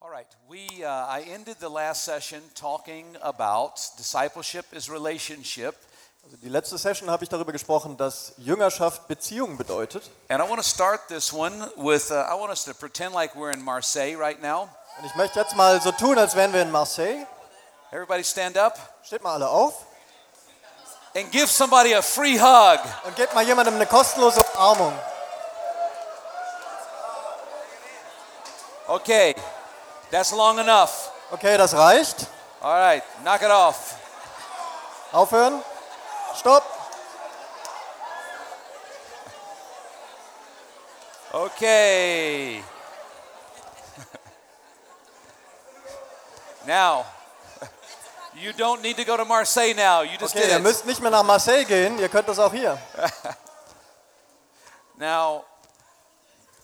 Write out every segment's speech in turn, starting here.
All right, we uh, I ended the last session talking about discipleship is relationship, Also die letzte Session habe ich darüber gesprochen, dass Jüngerschaft Beziehung bedeutet. and I want to start this one with uh, I want us to pretend like we're in Marseille right now. Und ich möchte jetzt mal so tun, als wären wir in Marseille. Everybody stand up Steht mal alle auf and give somebody a free hug. und gebt mal jemandem eine kostenlose Umarmung. Okay, that's long enough. Okay, das reicht. All right, knock it off. Aufhören. Stopp. Okay. now, you don't need to go to Marseille now. You just Okay, ihr did it. müsst nicht mehr nach Marseille gehen, ihr könnt das auch hier. Now,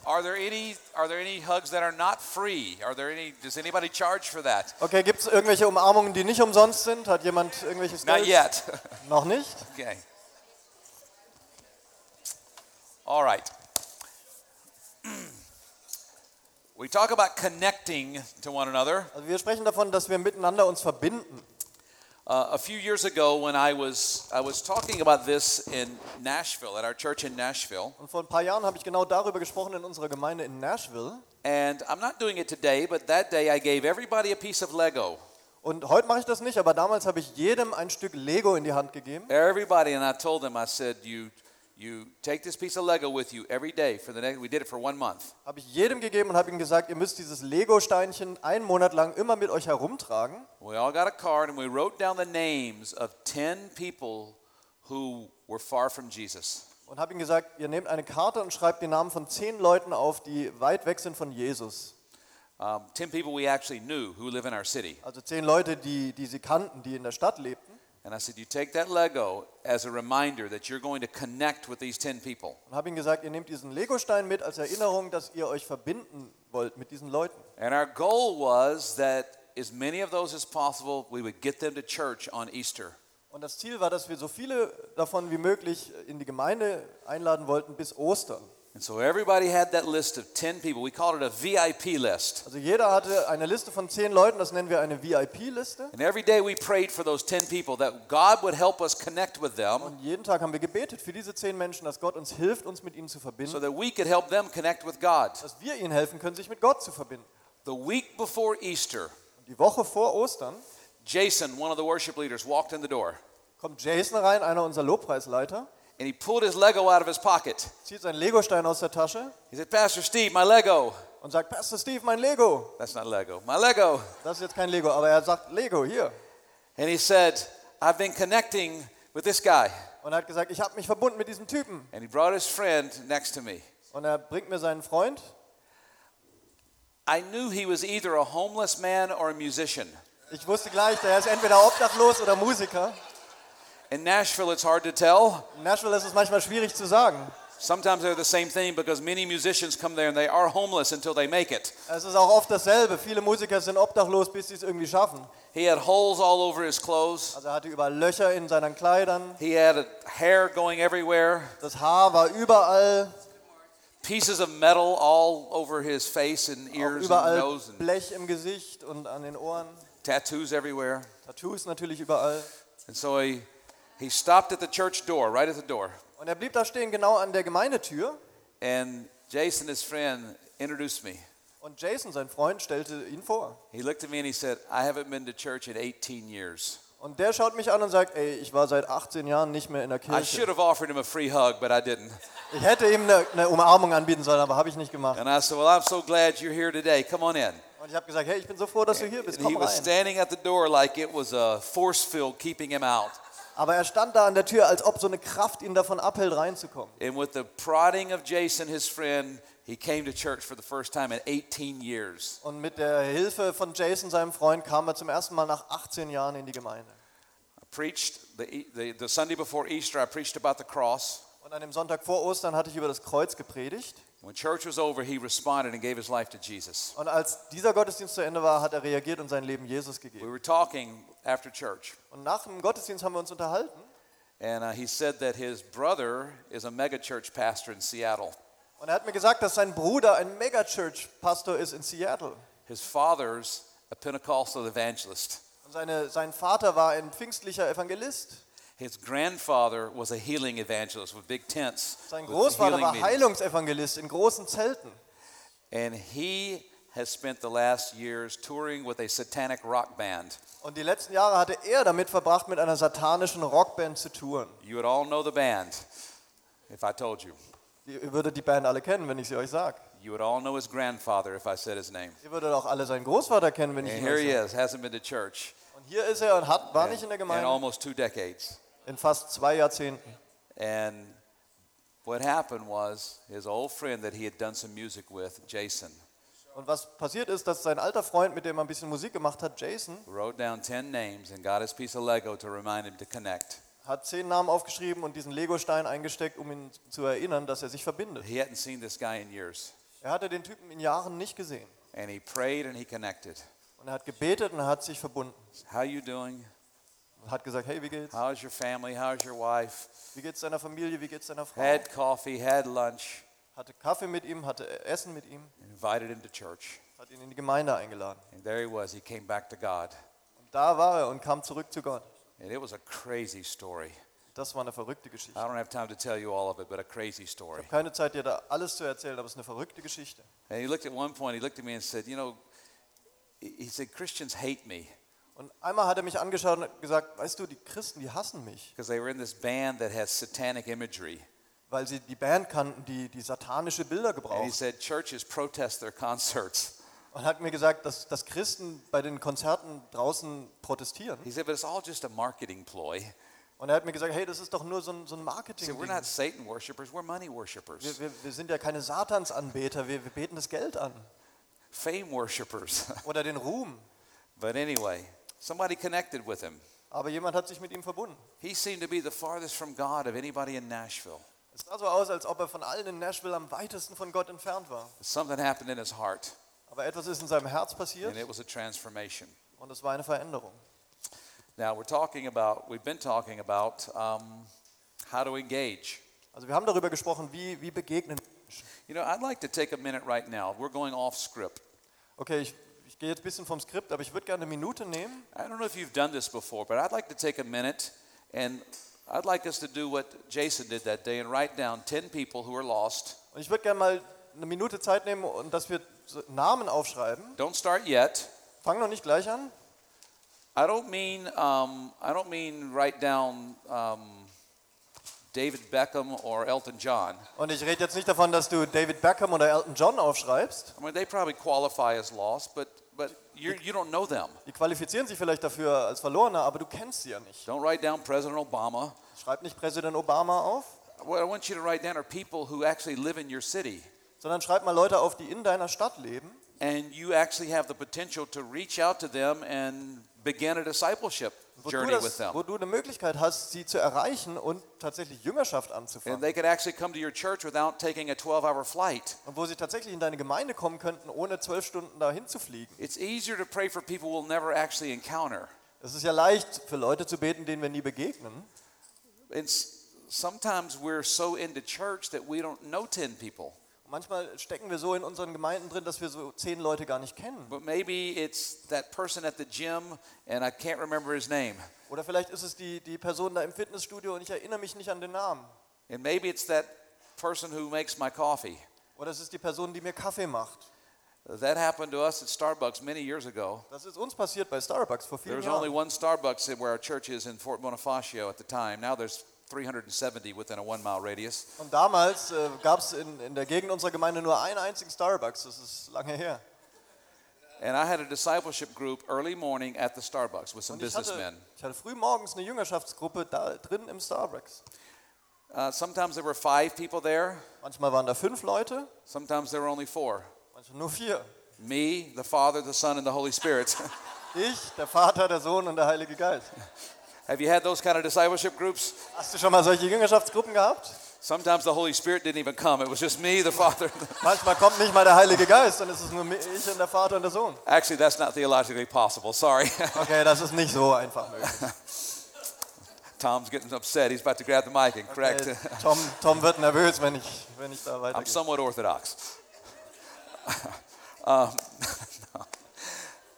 are there any are there any hugs that are not free? Are there any? Does anybody charge for that? Okay, gibt es irgendwelche Umarmungen, die nicht umsonst sind? Hat jemand irgendwelches Not Geld? yet. Noch nicht? okay. All right. We talk about connecting to one another. Also wir sprechen davon, dass wir miteinander uns verbinden. Uh, a few years ago, when I was I was talking about this in Nashville at our church in Nashville, Und vor ein paar Jahren habe ich genau darüber gesprochen in unserer Gemeinde in Nashville. and I'm not doing it today, but that day I gave everybody a piece of Lego. Und heute mache ich das nicht, aber damals habe ich jedem ein Stück Lego in die Hand gegeben. everybody and i told them i said you you take this piece of lego with you every day for the next we did it for one month Habe ich jedem gegeben und habe ihm gesagt, ihr müsst dieses Lego-Steinchen einen Monat lang immer mit euch herumtragen. we all got a card and we wrote down the names of 10 people who were far from jesus Und habe ihm gesagt, ihr nehmt eine Karte und schreibt die Namen von zehn Leuten auf, die weit weg sind von Jesus. um, 10 people we actually knew who live in our city Also zehn Leute, die, die sie kannten, die in der Stadt lebten. and i said you take that lego as a reminder that you're going to connect with these 10 people Und habe ihm gesagt, ihr nehmt diesen Lego-Stein mit als Erinnerung, dass ihr euch verbinden wollt mit diesen Leuten. and our goal was that as many of those as possible we would get them to church on easter Und das Ziel war, dass wir so viele davon wie möglich in die Gemeinde einladen wollten bis Ostern. and so everybody had that list of 10 people we called it a vip list Also jeder hatte eine Liste von zehn Leuten, das nennen wir eine VIP-Liste. And every day we prayed for those 10 people that God would help us connect with them Und jeden Tag haben wir gebetet für diese zehn Menschen, dass Gott uns hilft, uns mit ihnen zu so verbinden, that we could help them connect with God. dass wir ihnen helfen können, sich mit Gott zu verbinden. The week before Easter, Und die Woche vor Ostern Jason, one of the worship leaders, walked in the door kommt Jason rein, einer unserer Lobpreisleiter, and he pulled his Lego out of his pocket. zieht seinen Legostein aus der Tasche He said, Pastor Steve, my Lego. und sagt, Pastor Steve, mein Lego. That's not Lego, my Lego. Das ist jetzt kein Lego, aber er sagt, Lego, hier. And he said, I've been connecting with this guy. Und er hat gesagt, ich habe mich verbunden mit diesem Typen. And he brought his friend next to me. Und er bringt mir seinen Freund. I knew he was either a homeless man or a musician. Ich wusste gleich, der ist entweder obdachlos oder Musiker. In Nashville, it's hard to tell. In Nashville ist es manchmal schwierig zu sagen. Sometimes they're the same thing because many musicians come there and they are homeless until they make it. Es ist auch oft dasselbe. Viele Musiker sind obdachlos, bis sie es irgendwie schaffen. He had holes all over his clothes. Also er hatte überall Löcher in seinen Kleidern. He had a hair going everywhere, Das Haar war überall, pieces of metal all over his face and auch ears and überall nose and Blech im Gesicht und an den Ohren. tattoos everywhere. Tattoos natürlich überall. And so he, he stopped at the church door, right at the door. Und er blieb da stehen, genau an der Gemeindetür. And Jason, his friend, introduced me. Und Jason, sein Freund, stellte ihn vor. He looked at me and he said, I haven't been to church in 18 years. Und der schaut mich an und sagt, ey, ich war seit 18 Jahren nicht mehr in der I should Kirche. have offered him a free hug, but I didn't. Ich hätte ihm eine, eine Umarmung anbieten sollen, aber habe ich nicht gemacht. And I said, Well, I'm so glad you're here today. Come on in. Und ich habe gesagt, hey, ich bin so froh, dass du hier bist, And he komm was rein. standing at the door like it was a force field keeping him out. Aber er stand da an der Tür, als ob so eine Kraft ihn davon abhält, reinzukommen. And with the prodding of Jason, his friend, he came to church for the first time in 18 years. Und mit der Hilfe von Jason, seinem Freund, kam er zum ersten Mal nach 18 Jahren in die Gemeinde. I preached the, E, the, the Sunday before Easter, I preached about the cross. Und an dem Sonntag vor Ostern hatte ich über das Kreuz gepredigt. When church was over, he responded and gave his life to Jesus. Und als dieser Gottesdienst zu Ende war, hat er reagiert und sein Leben Jesus We gegeben. were talking after church, Und nach dem Gottesdienst haben wir uns unterhalten. and uh, he said that his brother is a megachurch pastor in Seattle. Und er hat mir gesagt, dass sein Bruder ein Megachurch-Pastor ist in Seattle. His father's a Pentecostal evangelist. Und seine, sein Vater war ein pfingstlicher Evangelist. His grandfather was a healing evangelist with big tents. Sein with Großvater healing war meetings. Heilungsevangelist in großen Zelten. And he has spent the last years touring with a satanic rock band. Und die letzten Jahre hatte er damit verbracht, mit einer satanischen Rockband zu touren. You would all know the band if I told you. Ihr würdet die Band alle kennen, wenn ich sie euch sage. You would all know his grandfather if I said his name. Ihr würdet auch alle seinen Großvater kennen, wenn ich And ihn here he euch sage. is, hasn't been to church Und hier ist er und hat, war nicht in der in Gemeinde almost two decades. in fast zwei Jahrzehnten. And what happened was his old friend that he had done some music with, Jason, Und was passiert ist, dass sein alter Freund, mit dem er ein bisschen Musik gemacht hat, Jason, wrote down 10 names and got his piece of Lego to remind him to connect. hat zehn Namen aufgeschrieben und diesen Legostein eingesteckt, um ihn zu erinnern, dass er sich verbindet. He hadn't seen this guy in years. Er hatte den Typen in Jahren nicht gesehen. And he prayed and he connected. Und er hat gebetet und er hat sich verbunden. How you doing? Und hat gesagt, hey, wie geht's? How's your family? How's your wife? Wie geht's deiner Familie? Wie geht's deiner Frau? Had coffee, had lunch, Hatte Kaffee mit ihm, hatte Essen mit ihm, invited him to church. hat ihn in die Gemeinde eingeladen. And there he was. He came back to God. Und da war er und kam zurück zu Gott. And it was a crazy story. Das war eine verrückte Geschichte. I don't have time to tell you all of it, but a crazy story. Keine Zeit, dir da alles zu erzählen, aber es ist eine verrückte Geschichte. And he looked at one point, he looked at me and said, You know, he he said, Christians hate me Und einmal hat er mich angeschaut und hat gesagt, weißt du, die Christen, die hassen mich, because they were in this band that has satanic imagery. weil sie die Band kannten, die, die satanische Bilder And he gebraucht. said, Churches protest their concerts. Und hat mir gesagt, dass, dass Christen bei den Konzerten draußen protestieren. He said, But it's all just a marketing ploy. Und er hat mir gesagt, hey, das ist doch nur so ein, so ein He Marketing. said, We're not Satan worshippers, we're money worshippers, Wir, wir, wir sind ja keine Satansanbeter, wir, wir beten das Geld an. fame worshippers. Oder den Ruhm. but anyway, somebody connected with him. Aber jemand hat sich mit ihm verbunden. He seemed to be the farthest from God of anybody in Nashville. Es sah so aus, als ob er von allen in Nashville am weitesten von Gott entfernt war. Something happened in his heart, Aber etwas ist in seinem Herz and passiert it was a transformation. und es war eine Veränderung. Now we're talking about, we've been talking about um, how to engage. Also wir haben darüber gesprochen, wie, wie begegnen wir Menschen. You know, I'd like to take a minute right now. We're going off script. Okay, ich, ich gehe jetzt ein bisschen vom Skript, aber ich würde gerne eine Minute nehmen. I don't know if you've done this before, but I'd like to take a minute and I'd like us to do what Jason did that day and write down 10 people who are lost. Und ich würde gerne mal eine Minute Zeit nehmen und dass wir so Namen aufschreiben. Don't start yet. Fang noch nicht gleich an. I don't mean, um, I don't mean write down um, David Beckham or Elton John. Und ich rede jetzt nicht davon, dass du David Beckham oder Elton John aufschreibst. I mean, they probably qualify as lost, but, but you're, you don't know them. Die qualifizieren sich vielleicht dafür als Verlorener, aber du kennst sie ja nicht. Don't write down President Obama. Schreib nicht Präsident Obama auf, What I want you to write down are people who actually live in your city sondern schreib mal Leute auf, die in deiner Stadt leben and you actually have the potential to reach out to them and begin a discipleship wo du, journey with das, them. wo du eine Möglichkeit hast, sie zu erreichen und tatsächlich Jüngerschaft And anzufangen. they could actually come to your church without taking a 12 hour flight. Und wo sie tatsächlich in deine Gemeinde kommen könnten, ohne zwölf Stunden dahin zu fliegen. It's easier to pray for people we'll never actually encounter. Es ist ja leicht, für Leute zu beten, denen wir nie begegnen. It's, sometimes we're so into church that we don't know 10 people. Und manchmal stecken wir so in unseren Gemeinden drin, dass wir so zehn Leute gar nicht kennen. But maybe it's that person at the gym and I can't remember his name. Oder vielleicht ist es die, die Person da im Fitnessstudio und ich erinnere mich nicht an den Namen. And maybe it's that person who makes my coffee. Oder es ist die Person, die mir Kaffee macht. That happened to us at Starbucks many years ago. Das ist uns passiert bei Starbucks vor There vielen was only Jahren. one Starbucks in- where our church is in Fort Bonifacio at the time. Now there's 370 within a one mile radius. Und damals äh, gab es in, in der Gegend unserer Gemeinde nur einen einzigen Starbucks. Das ist lange her. And I had a discipleship group early morning at the Starbucks with some Und ich hatte, businessmen. ich hatte früh morgens eine Jüngerschaftsgruppe da drin im Starbucks. Uh, sometimes there were five people there, Manchmal waren da fünf Leute, sometimes there were only four manchmal nur vier. me, the Father, the Son, and the Holy Spirit. Ich, der Vater, der Sohn und der Heilige Geist. Have you had those kind of discipleship groups? Hast du schon mal solche Jüngerschaftsgruppen gehabt? Sometimes the Holy Spirit didn't even come. It was just me, the Father. Manchmal kommt nicht mal der Heilige Geist, dann ist es nur mi- ich und der Vater und der Sohn. Actually, that's not theologically possible. Sorry. Okay, das ist nicht so einfach möglich. Tom's getting upset. He's about to grab the mic and correct. Äh, Tom, Tom wird nervös, wenn ich, wenn ich da I'm weitergehe. somewhat orthodox. um,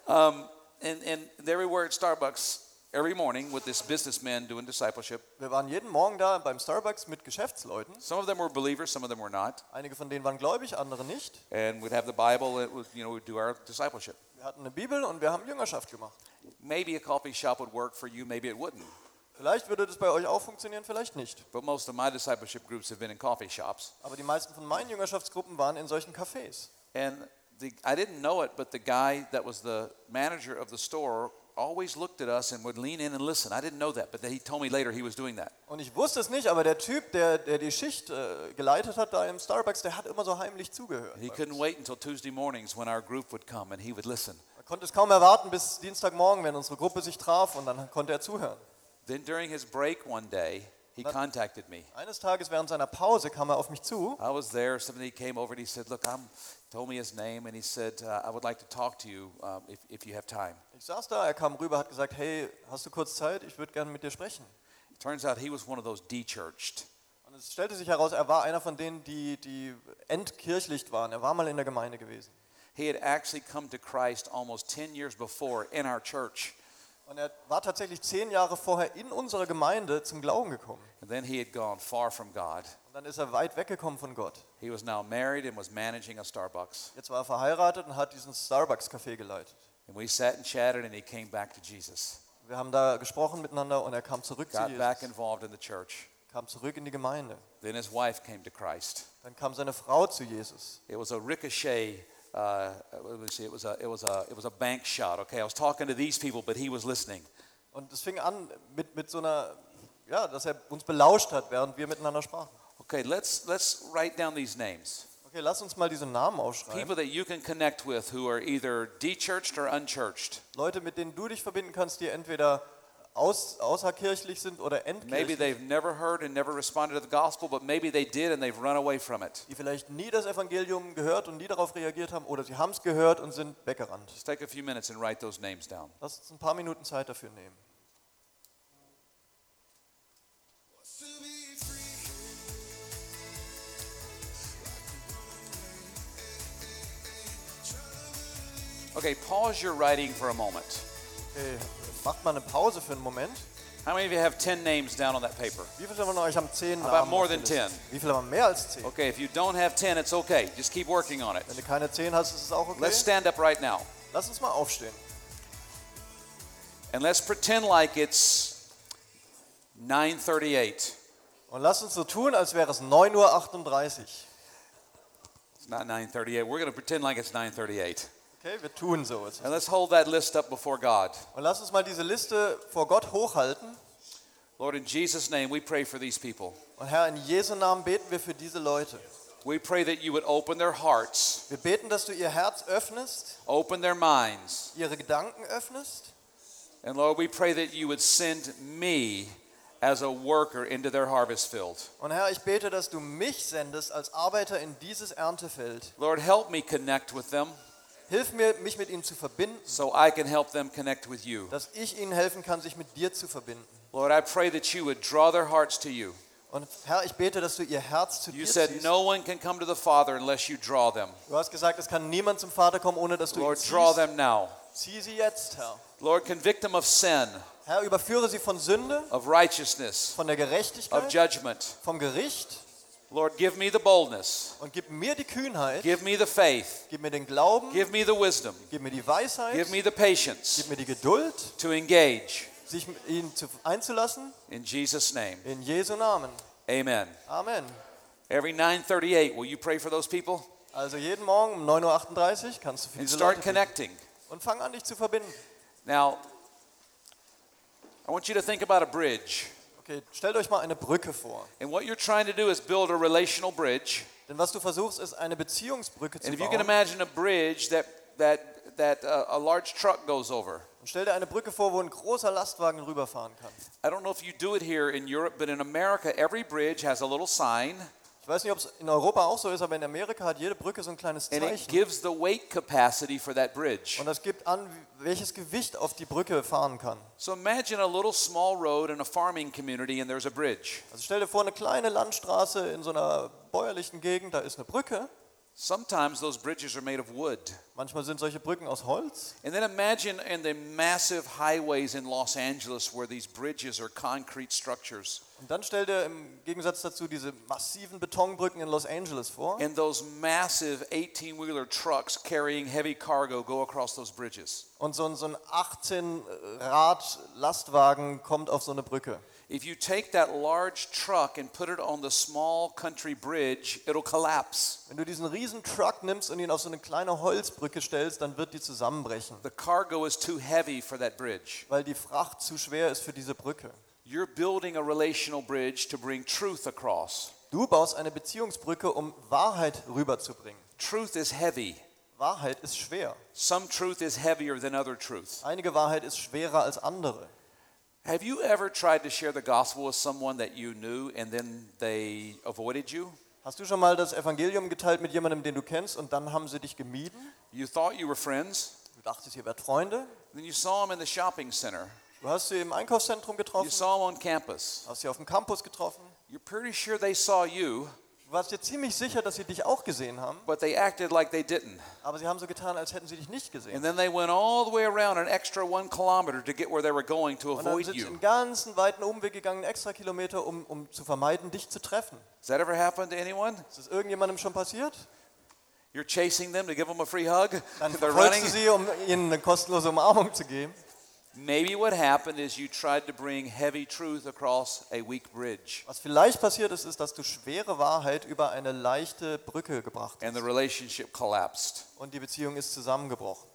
Um, and, and there we were at Starbucks every morning with this businessman doing discipleship. Wir waren jeden Morgen da beim Starbucks mit Geschäftsleuten. Some of them were believers, some of them were not. Einige von denen waren gläubig, andere nicht. And we'd have the Bible, and it would, you know, we'd do our discipleship. Wir hatten eine Bibel und wir haben Jüngerschaft gemacht. Maybe a coffee shop would work for you, maybe it wouldn't. Vielleicht würde das bei euch auch funktionieren, vielleicht nicht. But most of my discipleship groups have been in coffee shops. Aber die meisten von meinen Jüngerschaftsgruppen waren in solchen Cafés. And the, I didn't know it, but the guy that was the manager of the store always looked at us and would lean in and listen. I didn't know that, but then he told me later he was doing that. Und ich wusste es nicht, aber der Typ, der, der die Schicht äh, geleitet hat da im Starbucks, der hat immer so heimlich zugehört. He couldn't wait until Tuesday mornings when our group would come and he would listen. Er konnte es kaum erwarten bis Dienstagmorgen, wenn unsere Gruppe sich traf und dann konnte er zuhören. Then during his break one day, he But- contacted me. Eines Tages während seiner Pause kam er auf mich zu I was there. Somebody came over and he said, "Look, I'm." Told me his name and he said, uh, "I would like to talk to you um, if, if you have time." Ich saß da, er kam rüber, hat gesagt, hey, hast du kurz Zeit? Ich würde gerne mit dir sprechen. It turns out he was one of those de-churched. Und es stellte sich heraus, er war einer von denen, die, die entkirchlicht waren. Er war mal in der Gemeinde gewesen. He had actually come to Christ almost ten years before in our church, Und er war tatsächlich zehn Jahre vorher in unserer Gemeinde zum Glauben gekommen. and then he had gone far from God. Und dann ist er weit weggekommen von Gott. He was now married and was managing a Starbucks. Jetzt war er verheiratet und hat diesen Starbucks-Café geleitet. And we sat and chatted, and he came back to Jesus. Wir haben da gesprochen miteinander und er kam zurück zu Got back Jesus, involved in the church. kam zurück in die Gemeinde. Then his wife came to Christ. Dann kam seine Frau zu Jesus. It was a ricochet. Uh, let me see. It was a it was a it was a bank shot. Okay, I was talking to these people, but he was listening. Und es fing an mit, mit so einer, ja, dass er uns belauscht hat, während wir miteinander sprachen. Okay, let's let's write down these names. Okay, lass uns mal diese Namen aufschreiben. People that you can connect with who are either de-churched or unchurched. Leute, mit denen du dich verbinden kannst, die entweder aus, außerkirchlich sind oder Maybe entkirchlich, they've never heard and never responded to the gospel, but maybe they did and they've run away from it. die vielleicht nie das Evangelium gehört und nie darauf reagiert haben oder sie haben es gehört und sind weggerannt. Just take a few minutes and write those names down. Lass uns ein paar Minuten Zeit dafür nehmen. to be free. Okay, pause your writing for a moment. Okay, macht mal eine Pause für einen Moment. How many of you have 10 names down on that paper? Wie viele von euch haben zehn about Namen? auf more der than Liste? 10? Wie viele haben mehr als zehn? Okay, if you don't have 10, it's okay. Just keep working on it. Wenn du keine zehn hast, ist es auch okay. Let's stand up right now Lass uns mal aufstehen. and let's pretend like it's 9:38. Und lass uns so tun, als wäre es 9.38 Uhr. It's not 9:38. We're going to pretend like it's 9:38. Okay, wir tun so. Es ist- And let's hold that list up before God. Und lass uns mal diese Liste vor Gott hochhalten. Lord, in Jesus' name, we pray for these people. Und Herr, in Jesu Namen beten wir für diese Leute. We pray that you would open their hearts, Wir beten, dass du ihr Herz öffnest, open their minds. ihre Gedanken öffnest. And Lord, we pray that you would send me as a worker into their harvest field. Und Herr, ich bete, dass du mich sendest als Arbeiter in dieses Erntefeld. Lord, help me connect with them Hilf mir, mich mit ihnen zu verbinden, so I can help them connect with you. dass ich ihnen helfen kann, sich mit dir zu verbinden. Lord, I pray that you would draw their hearts to you. Und Herr, ich bete, dass du ihr Herz zu You dir said ziehst. no one can come to the Father unless you draw them. Du hast gesagt, es kann niemand zum Vater kommen, ohne dass du Lord, ihn draw ziehst. them now. Zieh sie jetzt, Herr. Lord, convict them of sin, Herr, überführe sie von Sünde, of righteousness, von der of Gerechtigkeit, judgment. vom Gericht Lord, give me the boldness. und gib mir die Kühnheit, Give me the faith. gib mir den Glauben, Give me the wisdom. gib mir die Weisheit, Give me the patience gib mir die Geduld. to engage. sich mit ihnen zu, einzulassen. In Jesus' name, In Jesu Namen. amen. Amen. Every 938, will you pray for those people? Also jeden Morgen um 9.38 Uhr kannst du für And diese start Leute beten. connecting. Und fang an, dich zu verbinden. Now, I want you to think about a bridge. Okay, stellt euch mal eine Brücke vor. And what you're trying to do is build a relational bridge. Denn was du versuchst, ist eine Beziehungsbrücke zu And if you can bauen. imagine a bridge that that that uh, a large truck goes over. Und stell dir eine Brücke vor, wo ein großer Lastwagen rüberfahren kann. I don't know if you do it here in Europe, but in America, every bridge has a little sign, Ich weiß nicht, ob es in Europa auch so ist, aber in Amerika hat jede Brücke so ein kleines and it Zeichen. gives the weight capacity for that bridge. Und das gibt an, wie- welches Gewicht auf die Brücke fahren kann. So imagine a little small road in a farming community, and there's a bridge. Also stell dir vor, eine kleine Landstraße in so einer bäuerlichen Gegend, da ist eine Brücke. Sometimes those bridges are made of wood. Manchmal sind solche Brücken aus Holz. And then imagine in the massive highways in Los Angeles where these bridges are concrete structures Und dann stell dir im Gegensatz dazu diese massiven Betonbrücken in Los Angeles vor. and those massive 18 wheeler trucks carrying heavy cargo go across those bridges. Und so ein, so ein 18-Rad-Lastwagen kommt auf so eine Brücke. If you take that large truck and put it on the small country bridge, it'll collapse. Wenn du diesen riesen Truck nimmst und ihn auf so eine kleine Holzbrücke stellst, dann wird die zusammenbrechen, The cargo is too heavy for that bridge. weil die Fracht zu schwer ist für diese Brücke. You're building a relational bridge to bring truth across. Du baust eine Beziehungsbrücke, um Wahrheit rüberzubringen. Truth is heavy. Wahrheit ist schwer. Some truth is heavier than other truth. Einige Wahrheit ist schwerer als andere. Have you ever tried to share the gospel with someone that you knew and then they avoided you? Hast du schon mal das Evangelium geteilt mit jemandem, den du kennst, und dann haben sie dich gemieden? You thought you were friends, Du dachtest, ihr wärt Freunde. then you saw them in the shopping center, Du hast sie im Einkaufszentrum you getroffen, saw them on campus. hast sie auf dem Campus getroffen. You're pretty sure they saw you, Du warst dir ziemlich sicher, dass sie dich auch gesehen haben, but they acted like they didn't. aber sie haben so getan, als hätten sie dich nicht And gesehen. then they went all the way around an extra one kilometer to get where they were going to Und dann avoid sind sie einen you. ganzen weiten Umweg gegangen, einen extra Kilometer, um, um zu vermeiden, dich zu treffen. Has that ever happened to anyone? Ist das irgendjemandem schon passiert? You're chasing them to give them a free hug. Dann They're verfolgst running. du sie, um ihnen eine kostenlose Umarmung zu geben. Maybe what happened is you tried to bring heavy truth across a weak bridge, Was vielleicht passiert ist, ist, dass du schwere Wahrheit über eine leichte Brücke gebracht and the hast. relationship collapsed. Und die Beziehung ist zusammengebrochen.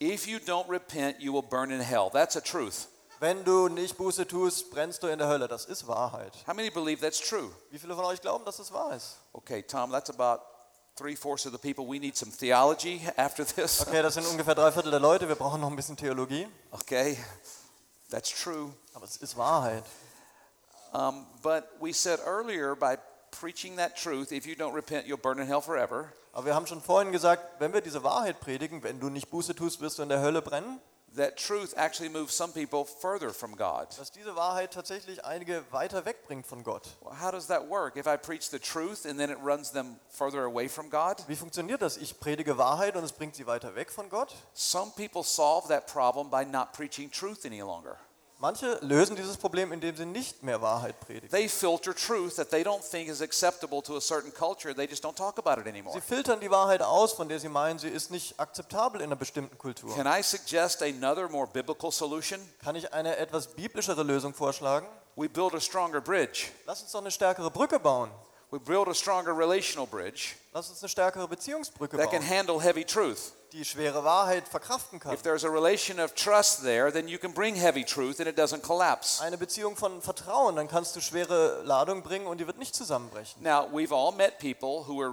If you don't repent, you will burn in hell. That's a truth. Wenn du nicht Buße tust, brennst du in der Hölle. Das ist Wahrheit. How many believe that's true? Wie viele von euch glauben, dass das wahr ist? Okay, Tom, that's about three fourths of the people. We need some theology after this. Okay, das sind ungefähr drei Viertel der Leute. Wir brauchen noch ein bisschen Theologie. Okay, that's true. Aber es ist Wahrheit. Um, but we said earlier by preaching that truth, if you don't repent, you'll burn in hell forever. Aber wir haben schon vorhin gesagt, wenn wir diese Wahrheit predigen, wenn du nicht Buße tust, wirst du in der Hölle brennen. That truth actually moves some people further from God. Dass diese Wahrheit tatsächlich einige weiter wegbringt von Gott. Well, how does that work? If I preach the truth and then it runs them further away from God? Wie funktioniert das? Ich predige Wahrheit und es bringt sie weiter weg von Gott. Some people solve that problem by not preaching truth any longer. Manche lösen dieses Problem, indem sie nicht mehr Wahrheit predigen. They filter truth that they don't think is acceptable to a certain culture. They just don't talk about it Sie anymore. filtern die Wahrheit aus, von der sie meinen, sie ist nicht akzeptabel in einer bestimmten Kultur. Can I suggest another more biblical solution? Kann ich eine etwas biblischere Lösung vorschlagen? We build a stronger bridge. Lass uns doch eine stärkere Brücke bauen. We build a stronger relational bridge Lass uns eine stärkere Beziehungsbrücke that can bauen, handle heavy truth. die schwere Wahrheit verkraften kann. If there's a relation of trust there, then you can bring heavy truth and it doesn't collapse. Eine Beziehung von Vertrauen, dann kannst du schwere Ladung bringen und die wird nicht zusammenbrechen. Now, we've all met people who were,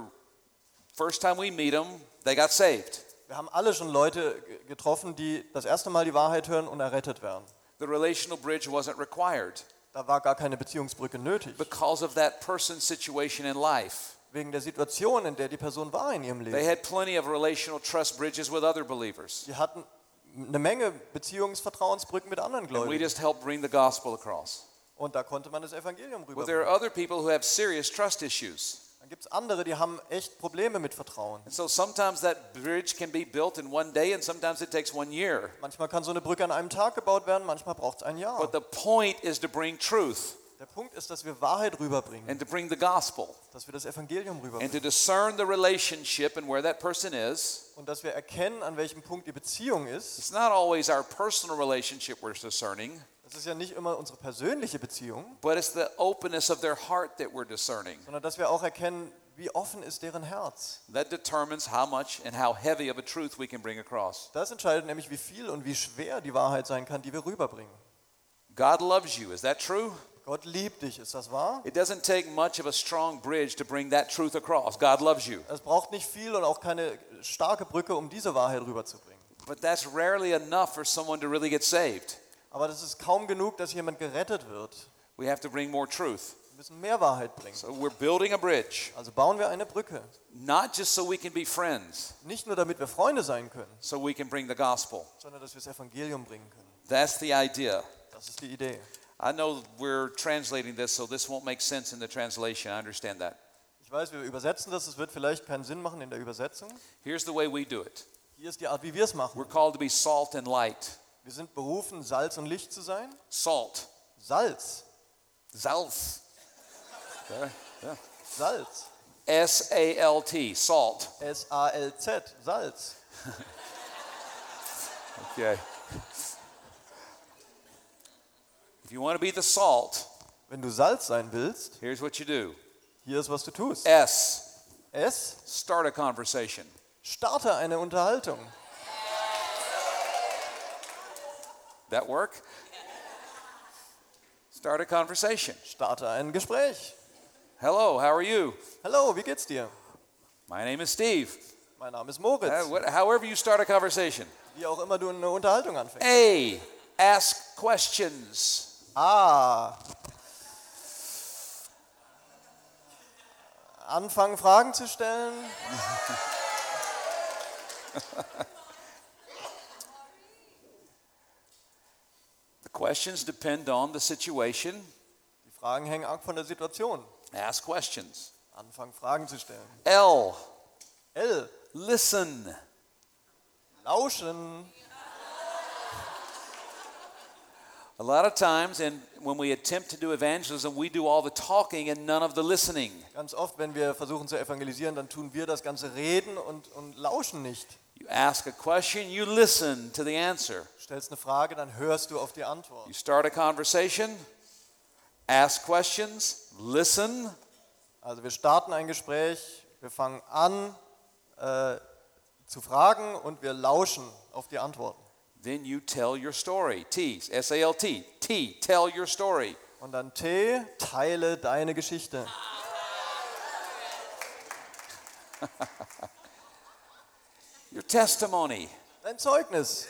first time we meet them, they got saved. Wir haben alle schon Leute ge- getroffen, die das erste Mal die Wahrheit hören und errettet werden. The relational bridge wasn't required Da war gar keine Beziehungsbrücke nötig, because of that person's situation in life. wegen der Situation, in der die Person war in ihrem They Leben. had plenty of relational trust bridges with other believers. Die hatten eine Menge Beziehungsvertrauensbrücken mit anderen And we Gläubigen. just helped bring the gospel across. Und da konnte man das Evangelium Well, there are rüberbringen. other people who have serious trust issues. Dann gibt es andere, die haben echt Probleme mit Vertrauen. And so sometimes that bridge can be built in one day and sometimes it takes one year. Manchmal kann so eine Brücke an einem Tag gebaut werden, manchmal braucht es ein Jahr. But the point is to bring truth Der Punkt ist, dass wir Wahrheit rüberbringen, and to bring the gospel dass wir das Evangelium and to rüberbringen discern the relationship and where that person is. und dass wir erkennen, an welchem Punkt die Beziehung ist. It's not always our personal relationship we're discerning, Das ist ja nicht immer unsere persönliche Beziehung, but it's the openness of their heart that we're discerning. sondern dass wir auch erkennen, wie offen ist deren Herz. That determines how much and how heavy of a truth we can bring across. Das entscheidet nämlich, wie viel und wie schwer die Wahrheit sein kann, die wir rüberbringen. God loves you. Is that true? Gott liebt dich, ist das wahr? It doesn't take much of a strong bridge to bring that truth across. God loves you. Es braucht nicht viel und auch keine starke Brücke, um diese Wahrheit rüberzubringen. But that's rarely enough for someone to really get saved. Aber das ist kaum genug, dass jemand gerettet wird. We have to bring more truth. Wir müssen mehr Wahrheit bringen. So we're building a bridge, Also bauen wir eine Brücke. not just so we can be friends, Nicht nur, damit wir Freunde sein können, so we can bring the gospel. sondern dass wir das Evangelium bringen können. That's the idea. Das ist die Idee. I know we're translating this, so this won't make sense in the translation. I understand that. Ich weiß, wir übersetzen das, es wird vielleicht keinen Sinn machen in der Übersetzung. Here's the way we do it Hier ist die Art, wie wir es we're machen. called to be salt and light. Wir sind berufen, Salz und Licht zu sein. Salt. Salz, Salz. Salz, S A L T, salt. S-A-L-Z, Salz. Okay. If you want to be the salt, Wenn du Salz sein willst, here's what you do hier ist, was du tust. S, S, start a conversation. starte eine Unterhaltung. That work? Start a conversation. Starte ein Gespräch. Hello, how are you? Hallo, wie geht's dir? My name is Steve. Mein Name ist Uh, Moritz. what- however, you start a conversation. Wie auch immer du eine Unterhaltung anfängst. A, ask questions. Ah. Anfangen, Fragen zu stellen. The questions depend on the situation. Die Fragen hängen ab von der Situation. Ask questions. Anfangen, Fragen zu stellen. L, L, listen. lauschen. A lot of times, and when we attempt to do evangelism, we do all the talking and none of the listening. Ganz oft, wenn wir versuchen zu evangelisieren, dann tun wir das ganze Reden und, und lauschen nicht. You ask a question, you listen to the answer. Du stellst eine Frage, dann hörst du auf die Antwort. You start a conversation, ask questions, listen, Also wir starten ein Gespräch, wir fangen an äh, zu fragen und wir lauschen auf die Antworten. then you tell your story. T, S A L T, T, tell your story. Und dann T, teile deine Geschichte. Your testimony. Dein Zeugnis.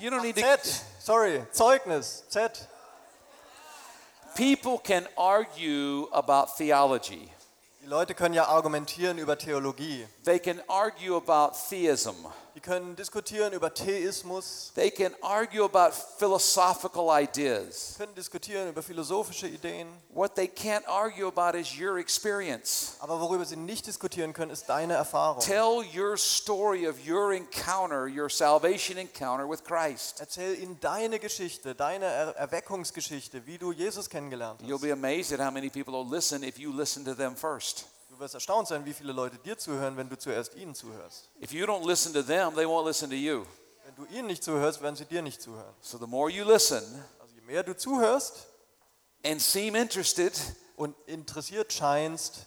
You don't need to. Z, sorry, Zeugnis, Z. People can argue about theology, Die Leute können ja argumentieren über Theologie. they can argue about theism, Die können diskutieren über Theismus, they can argue about philosophical ideas. können diskutieren über philosophische Ideen. What they can't argue about is your experience. Aber worüber sie nicht diskutieren können, ist deine Erfahrung. Tell your story of your encounter, your salvation encounter with Christ. Erzähl ihnen deine Geschichte, deine Er Erweckungsgeschichte, wie du Jesus kennengelernt hast. You'll be amazed at how many people will listen if you listen to them first. Du wirst erstaunt sein, wie viele Leute dir zuhören, wenn du zuerst ihnen zuhörst. If you don't listen to them, they won't listen to you. Wenn du ihnen nicht zuhörst, werden sie dir nicht zuhören. So the more you listen Also je mehr du zuhörst and seem interested, und interessiert scheinst,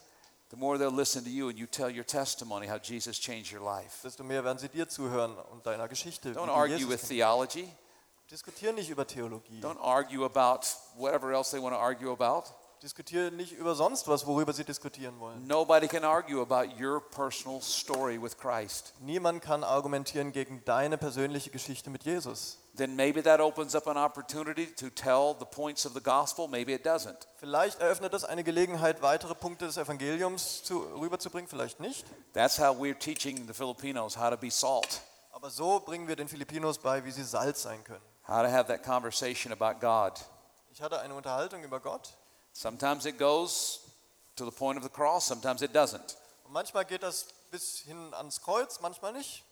the more they'll listen to you and you tell your testimony how Jesus changed your life. desto mehr werden sie dir zuhören und deiner Geschichte. wie Don't du argue Jesus with kennst- theology. Diskutier nicht über Theologie. Don't argue about whatever else they want to argue about. Diskutier nicht über sonst was, worüber sie diskutieren wollen. Nobody can argue about your personal story with Christ. Niemand kann argumentieren gegen deine persönliche Geschichte mit Jesus. then maybe that opens up an opportunity to tell the points of the gospel. Maybe it doesn't. Vielleicht eröffnet das eine Gelegenheit, weitere Punkte des Evangeliums zu, rüberzubringen, vielleicht nicht. That's how we're teaching the Filipinos how to be salt, Aber so bringen wir den Filipinos bei, wie sie Salz sein können. how to have that conversation about God. Ich hatte eine Unterhaltung über Gott Sometimes it goes to the point of the cross, sometimes it doesn't. und manchmal geht das bis hin ans Kreuz, manchmal nicht.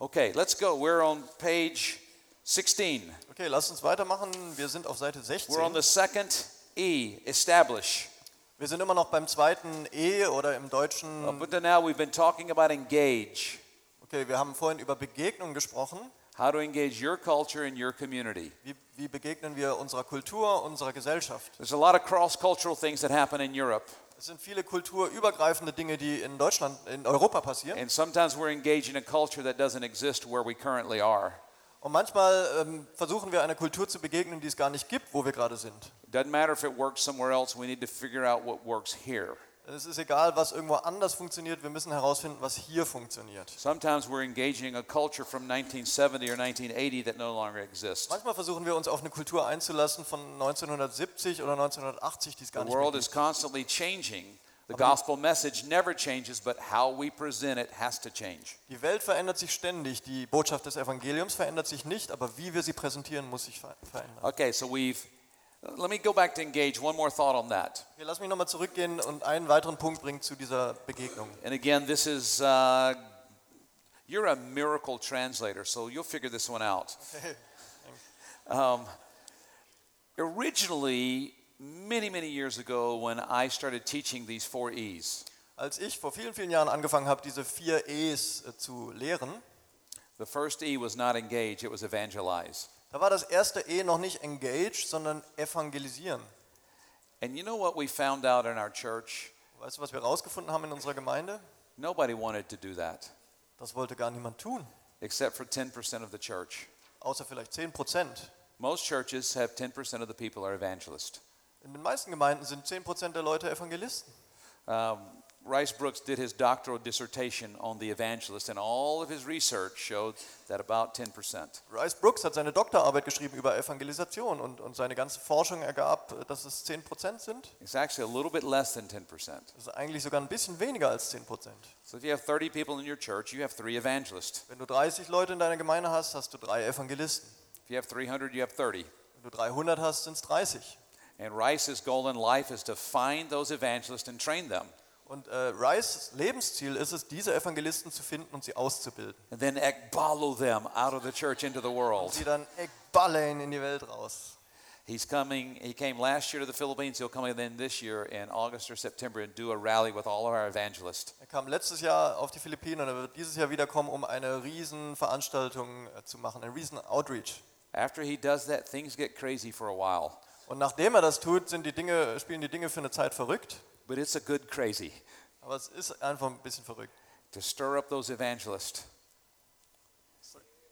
Okay, let's go. We're on page 16. Okay, lasst uns weitermachen. Wir sind auf Seite We're on 16. the second E, establish. Wir sind immer noch beim zweiten E oder im Up Deutschen. until now, we've been talking about engage, Okay, wir haben vorhin über Begegnung gesprochen. how to engage your culture and your community. Wie, wie begegnen wir unserer Kultur, unserer Gesellschaft? There's a lot of cross cultural things that happen in Europe. Es sind viele kulturübergreifende Dinge, die in Deutschland, in Europa passieren. And sometimes we're engaged in a culture that doesn't exist where we currently are. Und manchmal ähm, versuchen wir einer Kultur zu begegnen, die es gar nicht gibt, wo wir gerade sind. It doesn't matter if it works somewhere else, we need to figure out what works here. Es ist egal, was irgendwo anders funktioniert, wir müssen herausfinden, was hier funktioniert. Sometimes we're engaging a culture from 1970 or 1980 that no longer exists. Manchmal versuchen wir uns auf eine Kultur einzulassen von 1970 oder 1980, die es The gar nicht mehr world is gibt. constantly changing. The gospel message never changes, but how we present it has to change. Die Welt verändert sich ständig, die Botschaft des Evangeliums verändert sich nicht, aber wie wir sie präsentieren, muss sich ver- verändern. Okay, so we've Let me go back to engage. One more thought on that. Okay, lass mich nochmal zurückgehen und einen weiteren Punkt bringen zu dieser Begegnung. And again, this is uh, you're a miracle translator, so you'll figure this one out. um, originally, many many years ago, when I started teaching these four E's, Als ich vor vielen, vielen Jahren angefangen habe, diese vier E's äh, zu lehren, the first E was not engage; it was evangelize. da war das erste E noch nicht engage, sondern evangelisieren. And you know what we found out in our church? Weißt du, was wir herausgefunden haben in unserer Gemeinde? Nobody wanted to do that, Das wollte gar niemand tun, except for 10% of the church. außer vielleicht 10 Prozent. Most churches have 10% of the people are evangelists. In den meisten Gemeinden sind 10 Prozent der Leute Evangelisten. Um, Rice Brooks did his doctoral dissertation on the evangelist, and all of his research showed that about 10%. Rice Brooks hat seine Doktorarbeit geschrieben über Evangelisation und, und seine ganze Forschung ergab, äh, dass es 10 Prozent sind. It's actually a little bit less than 10%. Das ist eigentlich sogar ein bisschen weniger als 10 Prozent. So if you have 30 people in your church, you have three evangelists. Wenn du 30 Leute in deiner Gemeinde hast, hast du drei Evangelisten. If you have 300, you have 30. Wenn du 300 hast, sind es 30. And Rice's goal in life is to find those evangelists and train them, Und äh, Rice' Lebensziel ist es, diese Evangelisten zu finden und sie auszubilden. and then ekbalo them out of the church into the world. Und sie dann ekballen in die Welt raus. He's coming. He came last year to the Philippines. He'll come again this year in August or September and do a rally with all of our evangelists. Er kam letztes Jahr auf die Philippinen und er wird dieses Jahr wiederkommen, um eine riesen Veranstaltung äh, zu machen, einen riesen Outreach. After he does that, things get crazy for a while, Und nachdem er das tut, sind die Dinge, spielen die Dinge für eine Zeit verrückt. but it's a good crazy Aber es ist einfach ein bisschen verrückt. to stir up those evangelists,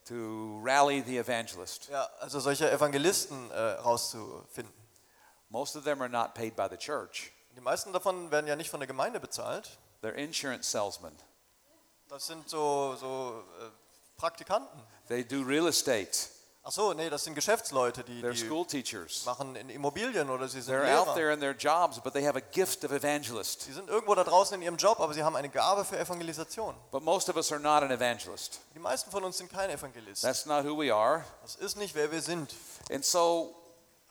to rally the evangelists. Ja, also solche Evangelisten äh, rauszufinden. Most of them are not paid by the church; Die meisten davon werden ja nicht von der Gemeinde bezahlt. they're insurance salesmen. Das sind so, so äh, Praktikanten. They do real estate. Ach so, nee, das sind Geschäftsleute, die, They're die school teachers. machen in Immobilien oder sie sind They're out Lehrer. there in their jobs, but they have a gift of evangelist. Sie sind irgendwo da draußen in ihrem Job, aber sie haben eine Gabe für Evangelisation. But most of us are not an evangelist. Die meisten von uns sind kein Evangelist. That's not who we are. Das ist nicht, wer wir sind. And so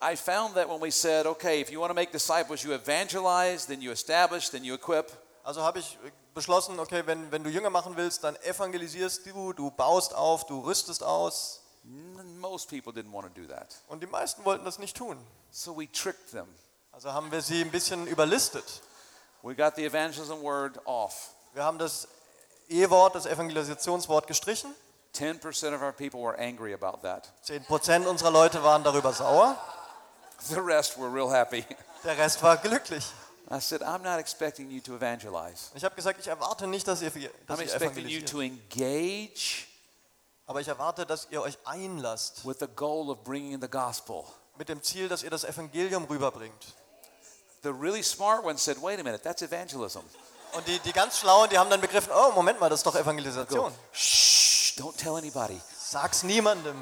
I found that when we said, okay, if you want to make disciples, you evangelize, then you establish, then you equip. Also habe ich beschlossen, okay, wenn, wenn du Jünger machen willst, dann evangelisierst du, du baust auf, du rüstest aus. N- Most people didn't want to do that. Und die meisten wollten das nicht tun. So we tricked them. Also haben wir sie ein bisschen überlistet. We got the evangelism word off. Wir haben das E-Wort, das Evangelisationswort gestrichen. 10% of our people were angry about that. 10% unserer Leute waren darüber sauer. The rest were real happy. Der Rest war glücklich. I said, I'm not expecting you to evangelize. Ich habe gesagt, ich erwarte nicht, dass ihr, dass I'm ihr expecting you evangelisiert. to engage Aber ich erwarte, dass ihr euch einlasst with the goal of bringing the gospel. mit dem Ziel, dass ihr das Evangelium rüberbringt. The really smart one said, wait a minute, that's evangelism. Und die, die ganz Schlauen, die haben dann begriffen, oh, Moment mal, das ist doch Go, Evangelisation. shh, don't tell anybody. Sag's niemandem.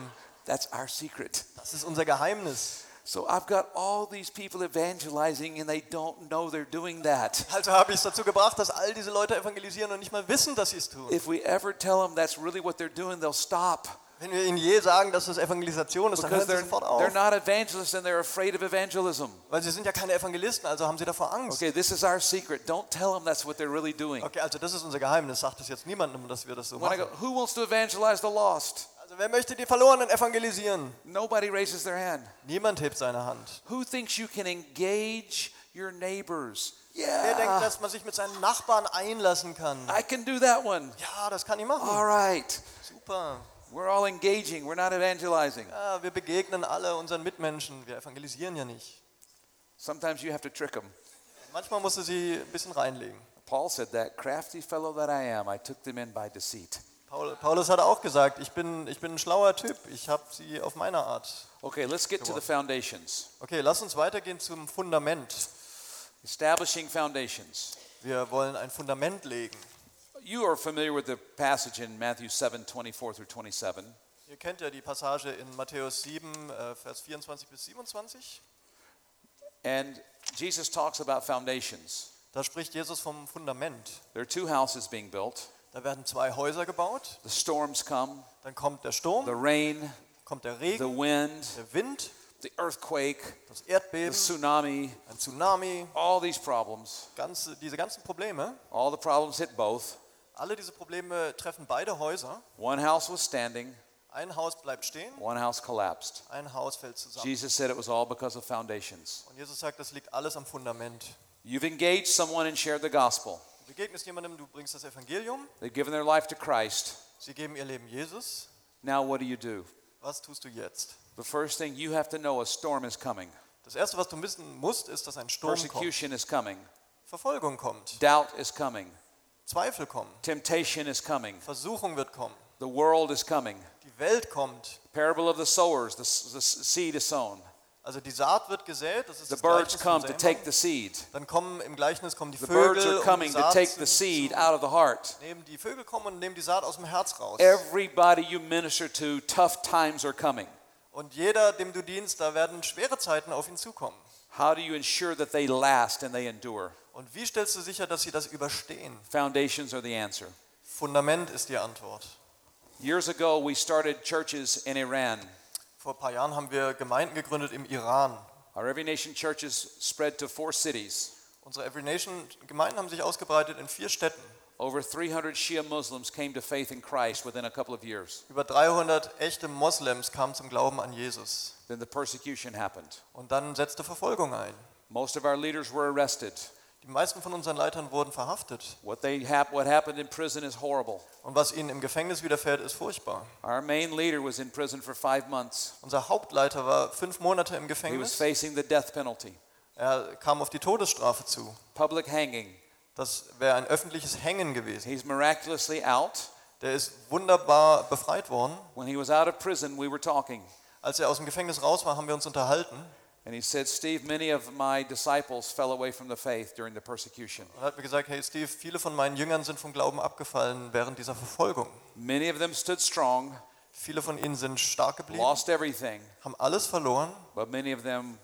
That's our secret. Das ist unser Geheimnis. So I've got all these people evangelizing and they don't know they're doing that. Also habe ich es dazu gebracht, dass all diese Leute evangelisieren und nicht mal wissen, dass sie es tun. If we ever tell them that's really what they're doing, they'll stop Wenn wir ihnen je sagen, dass es Evangelisation ist, dann hören because sie they're, sofort they're auf. not evangelists and they're afraid of evangelism. Weil sie sind ja keine Evangelisten, also haben sie davor Angst. Okay, this is our secret. Don't tell them that's what they're really doing. Okay, also das ist unser Geheimnis. Sagt es jetzt niemandem, dass wir das so When I machen. go, who wants to evangelize the lost? Also wer möchte die Verlorenen evangelisieren? Nobody raises their hand. Niemand hebt seine Hand. Who thinks you can engage your neighbors? Wer denkt, Yeah, dass man sich mit seinen Nachbarn einlassen kann? I can do that one. Ja, das kann ich machen. All right. Super. We're all engaging. We're not evangelizing. Ja, wir begegnen alle unseren Mitmenschen. Wir evangelisieren ja nicht. Sometimes you have to trick them. Manchmal musst du sie ein bisschen reinlegen. Paul said that crafty fellow that I am, I took them in by deceit. Paul, Paulus hat auch gesagt, ich bin, ich bin ein schlauer Typ. Ich habe sie auf meiner Art. Okay, let's get to the foundations. Okay, lass uns weitergehen zum Fundament. Establishing foundations. Wir wollen ein Fundament legen. You are familiar with the passage in Matthew 7 24 through 27. Ihr kennt ja die Passage in Matthäus 7, äh, Vers 24 bis 27. And Jesus talks about foundations. Da spricht Jesus vom Fundament. There are two houses being built. Da werden zwei Häuser gebaut, The storms come, dann kommt der Sturm, the rain, kommt der the Regen, wind, der Wind the earthquake, das the Erdbeben, tsunami, ein Tsunami, all these problems. ganze, diese ganzen Probleme. All the problems hit both. Alle diese Probleme treffen beide Häuser. One house was standing, Ein Haus bleibt stehen, one house collapsed. ein Haus fällt zusammen. Jesus said it was all because of foundations. Und Jesus sagt, das liegt alles am Fundament. You've engaged someone and shared the gospel. Du begegnest jemandem, du bringst das Evangelium, They've given their life to Christ. sie geben ihr Leben Jesus. Now what do you do? Was tust du jetzt? The first thing you have to know a storm is coming. Das Erste, was du wissen musst, ist, dass ein Sturm kommt. Persecution is coming. Verfolgung kommt, Doubt is coming. Zweifel kommen, Temptation is coming. Versuchung wird kommen, The world is coming. die Welt kommt. Parable of the sowers, the, s- the s- seed is sown. Also die Saat wird gesät, das ist The das birds Gleichnis vom come to Sämann. take the seed. Dann kommen im Gleichnis kommen die The birds Vögel are coming und to Saat take zu- the seed zu- out of the heart. nehmen die Vögel kommen und nehmen die Saat aus dem Herz raus. Everybody you minister to, tough times are coming. Und jeder, dem du dienst, da werden schwere Zeiten auf ihn zukommen. How do you ensure that they last and they endure? Und wie stellst du sicher, dass sie das überstehen? Foundations are the answer. Fundament ist die Antwort. Years ago, we started churches in Iran. Vor ein paar Jahren haben wir Gemeinden gegründet im Iran. Our Every Nation churches spread to four cities. Unsere Every Nation Gemeinden haben sich ausgebreitet in vier Städten. Over 300 Shia Muslims came to faith in Christ within a couple of years. Über 300 echte Moslems kamen zum Glauben an Jesus. Then the persecution happened. Und dann setzte Verfolgung ein. Most of our leaders were arrested. Die meisten von unseren Leitern wurden verhaftet. What, they hap- what happened in prison is horrible. Und was ihnen im Gefängnis widerfährt, ist furchtbar. Our main leader was in prison for five months. Unser Hauptleiter war fünf Monate im He was Gefängnis. facing the death penalty, Er kam auf die Todesstrafe zu. public hanging. Das wäre ein öffentliches Hängen gewesen. He's miraculously out. Der ist wunderbar befreit worden. When he was out of prison, we were talking. Als er aus dem Gefängnis raus war, haben wir uns unterhalten. And he said, Steve, many of my disciples fell away from the faith during the persecution. Und er hat mir gesagt, hey Steve, viele von meinen Jüngern sind vom Glauben abgefallen während dieser Verfolgung. Many of them stood strong, Viele von ihnen sind stark geblieben, lost everything, haben alles verloren, but many of them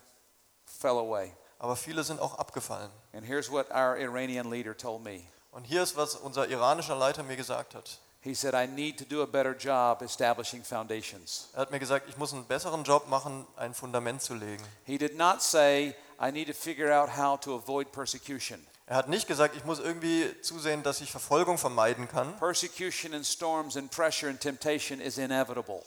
fell away. aber viele sind auch abgefallen. And here's what our Iranian leader told me. Und hier ist, was unser iranischer Leiter mir gesagt hat. He said, I need to do a better job establishing foundations. Er hat mir gesagt, ich muss einen besseren Job machen, ein Fundament zu legen. He did not say, I need to figure out how to avoid persecution. Er hat nicht gesagt, ich muss irgendwie zusehen, dass ich Verfolgung vermeiden kann. Persecution and storms and pressure and temptation is inevitable,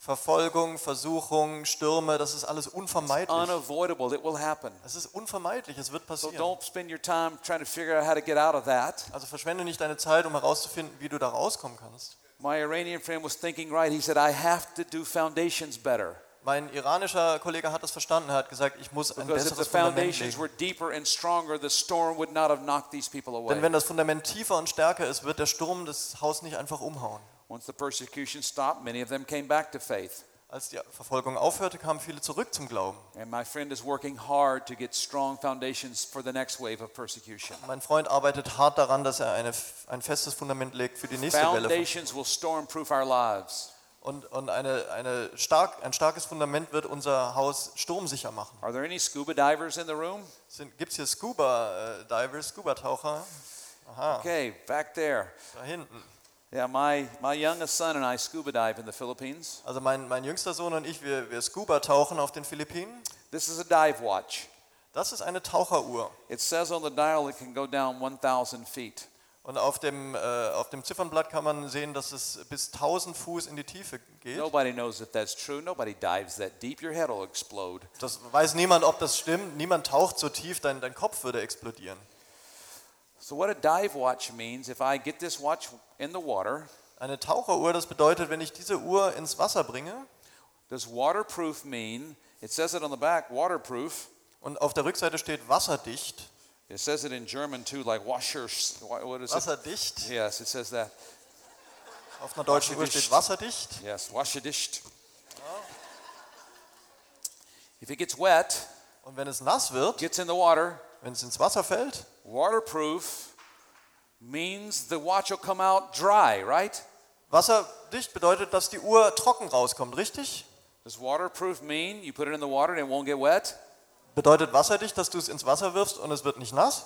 Verfolgung, Versuchung, Stürme, das ist alles unvermeidlich. unavoidable. It will happen. Es ist unvermeidlich, es wird So passieren. don't spend your time trying to figure out how to get out of that. Also verschwende nicht deine Zeit, um herauszufinden, wie du da rauskommen kannst. My Iranian friend was thinking right. He said, I have to do foundations better. Mein iranischer Kollege hat das verstanden, er hat gesagt, ich muss ein Because if the besseres Fundament foundations legen. were deeper and stronger, the storm would not have knocked these people Denn away. wenn das Fundament tiefer und stärker ist, wird der Sturm das Haus nicht einfach umhauen. Once the persecution stopped, many of them came back to faith. Als die Verfolgung aufhörte, kamen viele zurück zum Glauben. And my friend is working hard to get strong foundations for the next wave of persecution. Mein Freund arbeitet hart daran, dass er eine, ein festes Fundament legt für die nächste Welle. von- Foundations will storm proof our lives. Und, und eine, eine stark, ein starkes Fundament wird unser Haus sturmsicher machen. Are there any scuba divers in the room? Gibt es hier Scuba-Divers, Scuba-Taucher? Aha, Okay, back there. da hinten. Yeah, my, my youngest son and I scuba dive in the Philippines. Also mein, mein jüngster Sohn und ich, wir, wir Scuba-tauchen auf den Philippinen. This is a dive watch. Das ist eine Taucheruhr. It says on the dial it can go down 1,000 feet. Und auf dem, äh, auf dem Ziffernblatt kann man sehen, dass es bis 1000 Fuß in die Tiefe geht. Nobody knows if that's true. Nobody dives that deep. Your head will explode. Das weiß niemand, ob das stimmt. Niemand taucht so tief, dein, dein Kopf würde explodieren. So, what a dive watch means if I get this watch in the water, Eine Taucheruhr, das bedeutet, wenn ich diese Uhr ins Wasser bringe, does waterproof mean? It says it on the back, waterproof. Und auf der Rückseite steht wasserdicht. It says it in German too, like washer. What is it? Wasserdicht. Yes, it says that. Auf einer deutschen Uhr Wasserdicht. steht wasserdicht. Yes, washerdicht. If it gets wet, Und wenn es nass wird, gets in the water, wenn es ins Wasser fällt, waterproof means the watch will come out dry, right? wasserdicht bedeutet, dass die Uhr trocken rauskommt, richtig? Does waterproof mean you put it in the water and it won't get wet? Bedeutet wasserdicht, dass du es ins Wasser wirfst und es wird nicht nass?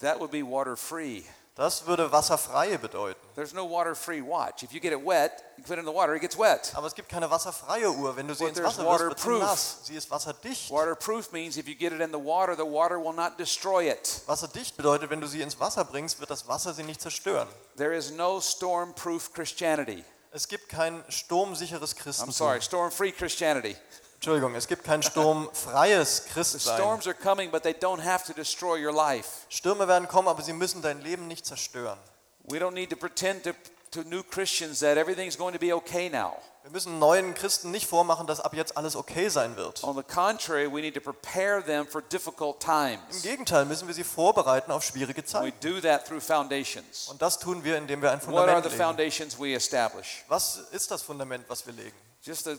That would be water free. Das würde wasserfreie bedeuten. There's no water free watch. If you get it wet, you put it in the water, it gets wet. Aber es gibt keine wasserfreie Uhr. Wenn du sie But ins there's Wasser wirfst, wird sie waterproof. nass. Sie ist wasserdicht. Waterproof means if you get it in the water, the water will not destroy it. Wasserdicht bedeutet, wenn du sie ins Wasser bringst, wird das Wasser sie nicht zerstören. There is no storm proof Christianity. Es gibt kein sturmsicheres I'm Christentum. sorry, storm free Christianity. Entschuldigung, es gibt kein sturmfreies The Christsein. storms are coming, but they don't have to destroy your life. Stürme werden kommen, aber sie müssen dein Leben nicht zerstören. We don't need to pretend to, to new Christians that everything's going to be okay now. Wir müssen neuen Christen nicht vormachen, dass ab jetzt alles okay sein wird. On the contrary, we need to prepare them for difficult Im times. Gegenteil müssen wir sie vorbereiten auf schwierige And we Zeiten. do that through foundations. Und das tun wir, indem wir What ein are Fundament the legen. foundations we establish? Was ist das Fundament, was wir legen? Just a,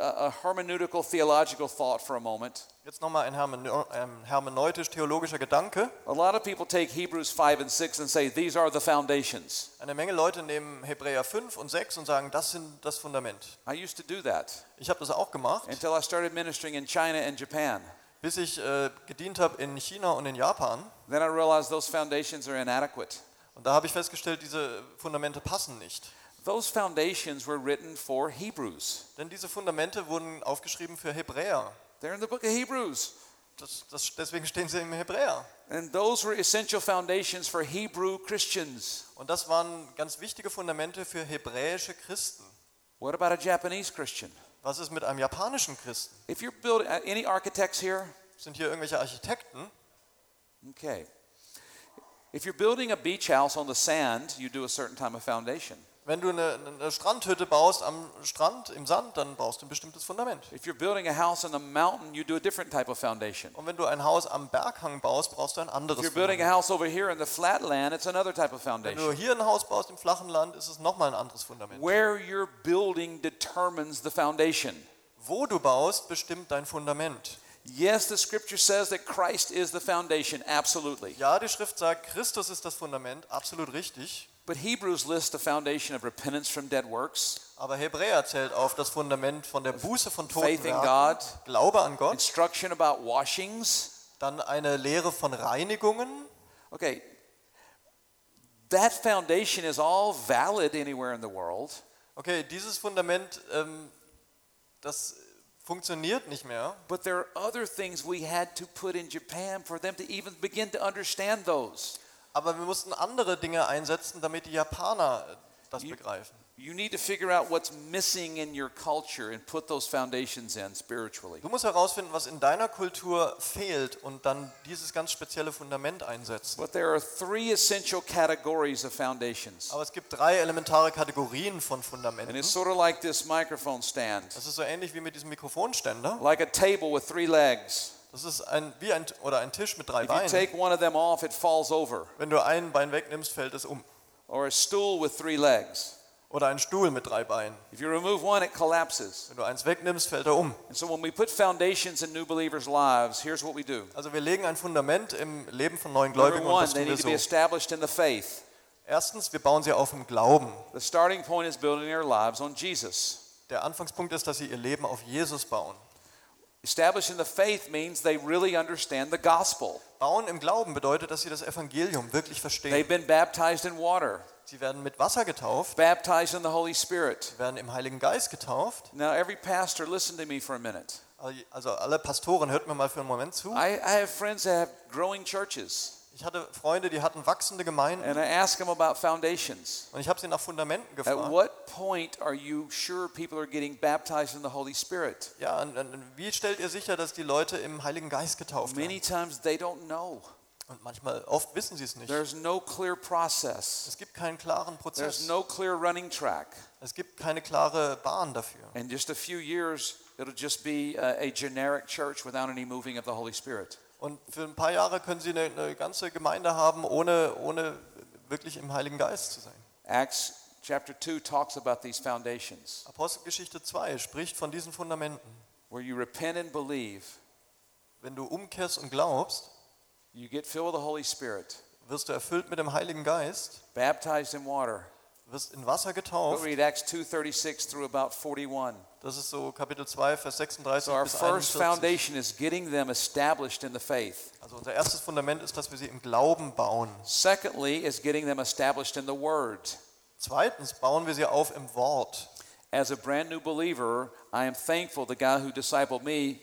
a hermeneutical theological thought for a moment. Jetzt nochmal ein, hermeneu ein hermeneutisch-theologischer Gedanke. A lot of people take Hebrews 5 and 6 and say these are the foundations. Eine Menge Leute nehmen Hebräer 5 und 6 und sagen, das sind das Fundament. I used to do that Ich habe das auch gemacht, until I started ministering in China and Japan. bis ich äh, gedient habe in China und in Japan. Then I realized those foundations are inadequate. Und da habe ich festgestellt, diese Fundamente passen nicht. Those foundations were written for Hebrews. Denn diese Fundamente wurden aufgeschrieben für Hebräer. They're in the book of Hebrews. Das, das, deswegen stehen sie im Hebräer. And those were essential foundations for Hebrew Christians. Und das waren ganz wichtige Fundamente für hebräische Christen. What about a Japanese Christian? Was ist mit einem japanischen Christen? If you're building, uh, any architects here? Sind hier irgendwelche Architekten? Okay. If you're building a beach house on the sand, you do a certain type of foundation. Wenn du eine, eine Strandhütte baust am Strand, im Sand, dann brauchst du ein bestimmtes Fundament. If you're building a house on the mountain, you do a different type of foundation. Und wenn du ein Haus am Berghang baust, brauchst du ein If anderes you're building a Fundament. house over here in the flat land, it's another type of Wenn du foundation. hier ein Haus baust im flachen Land, ist es nochmal ein anderes Fundament. Where you're building determines the foundation. Wo du baust, bestimmt dein Fundament. Yes, the scripture says that Christ is the foundation, absolutely. Ja, die Schrift sagt, Christus ist das Fundament, absolut richtig. But Hebrews lists the foundation of repentance from dead works, Aber Hebräer zählt auf das Fundament von der Buße von faith Toten, in God, Glaube an Gott, instruction about washings. dann eine Lehre von Reinigungen. Okay, that foundation is all valid anywhere in the world. Okay, dieses Fundament, ähm, das funktioniert nicht mehr. But there are other things we had to put in Japan for them to even begin to understand those. Aber wir mussten andere Dinge einsetzen, damit die Japaner äh, das You- begreifen. You need to figure out what's missing in your culture and put those foundations in spiritually. Du musst herausfinden, was in deiner Kultur fehlt und dann dieses ganz spezielle Fundament einsetzen. But there are three essential categories of foundations. Aber es gibt drei elementare Kategorien von Fundamenten. And it's sort of like this microphone stand, Das ist so ähnlich wie mit diesem Mikrofonständer. like a table with three legs. Das ist ein, wie ein, oder ein Tisch mit drei If you Beinen. take one of them off, it falls over, Wenn du ein Bein wegnimmst, fällt es um. or a stool with three legs. Oder ein Stuhl mit drei Beinen. If you remove one, it collapses. Wenn du eins wegnimmst, fällt er um. And so when we put foundations in new believers' lives, here's what we do. Also wir legen ein Fundament im Leben von neuen Number Gläubigen und one, das they tun wir need to be so. established in the faith. Erstens, wir bauen sie auf im Glauben. The starting point is building their lives on Jesus. Der Anfangspunkt ist, dass sie ihr Leben auf Jesus bauen. Establishing the faith means they really understand the gospel. Bauen im Glauben bedeutet, dass sie das Evangelium wirklich verstehen. They've been baptized in water, Sie werden mit Wasser getauft, baptized in the Holy Spirit. werden im Heiligen Geist getauft. Now, every pastor, listen to me for a minute. Also alle Pastoren, hört mir mal für einen Moment zu. I, I have friends that have growing churches, Ich hatte Freunde, die hatten wachsende Gemeinden and I ask them about foundations. und ich habe sie nach Fundamenten At gefragt. what point are you sure people are getting baptized in the Holy Spirit? Ja, und, und wie stellt ihr sicher, dass die Leute im Heiligen Geist getauft Many werden? times they don't know. Und manchmal, oft wissen sie es nicht. There's no clear process, Es gibt keinen klaren Prozess. there's no clear running track. Es gibt keine klare Bahn dafür. In just a few years, it'll just be a, a generic church without any moving of the Holy Spirit. Und für ein paar Jahre können sie eine, eine ganze Gemeinde haben, ohne, ohne wirklich im Heiligen Geist zu sein. Acts chapter 2 talks about these foundations Apostelgeschichte 2 spricht von diesen Fundamenten. where you repent and believe, Wenn du umkehrst und glaubst, you get filled with the Holy Spirit, wirst du erfüllt mit dem Heiligen Geist, baptized in water, wirst in Wasser Go getauft. read Acts 2:36 through about 41. Das ist so Kapitel 2, Vers 36 So our bis first 41. foundation is getting them established in the faith. Also unser erstes Fundament ist, dass wir sie im Glauben bauen. Secondly, is getting them established in the Word. Zweitens bauen wir sie auf im Wort. As a brand new believer, I am thankful the guy who discipled me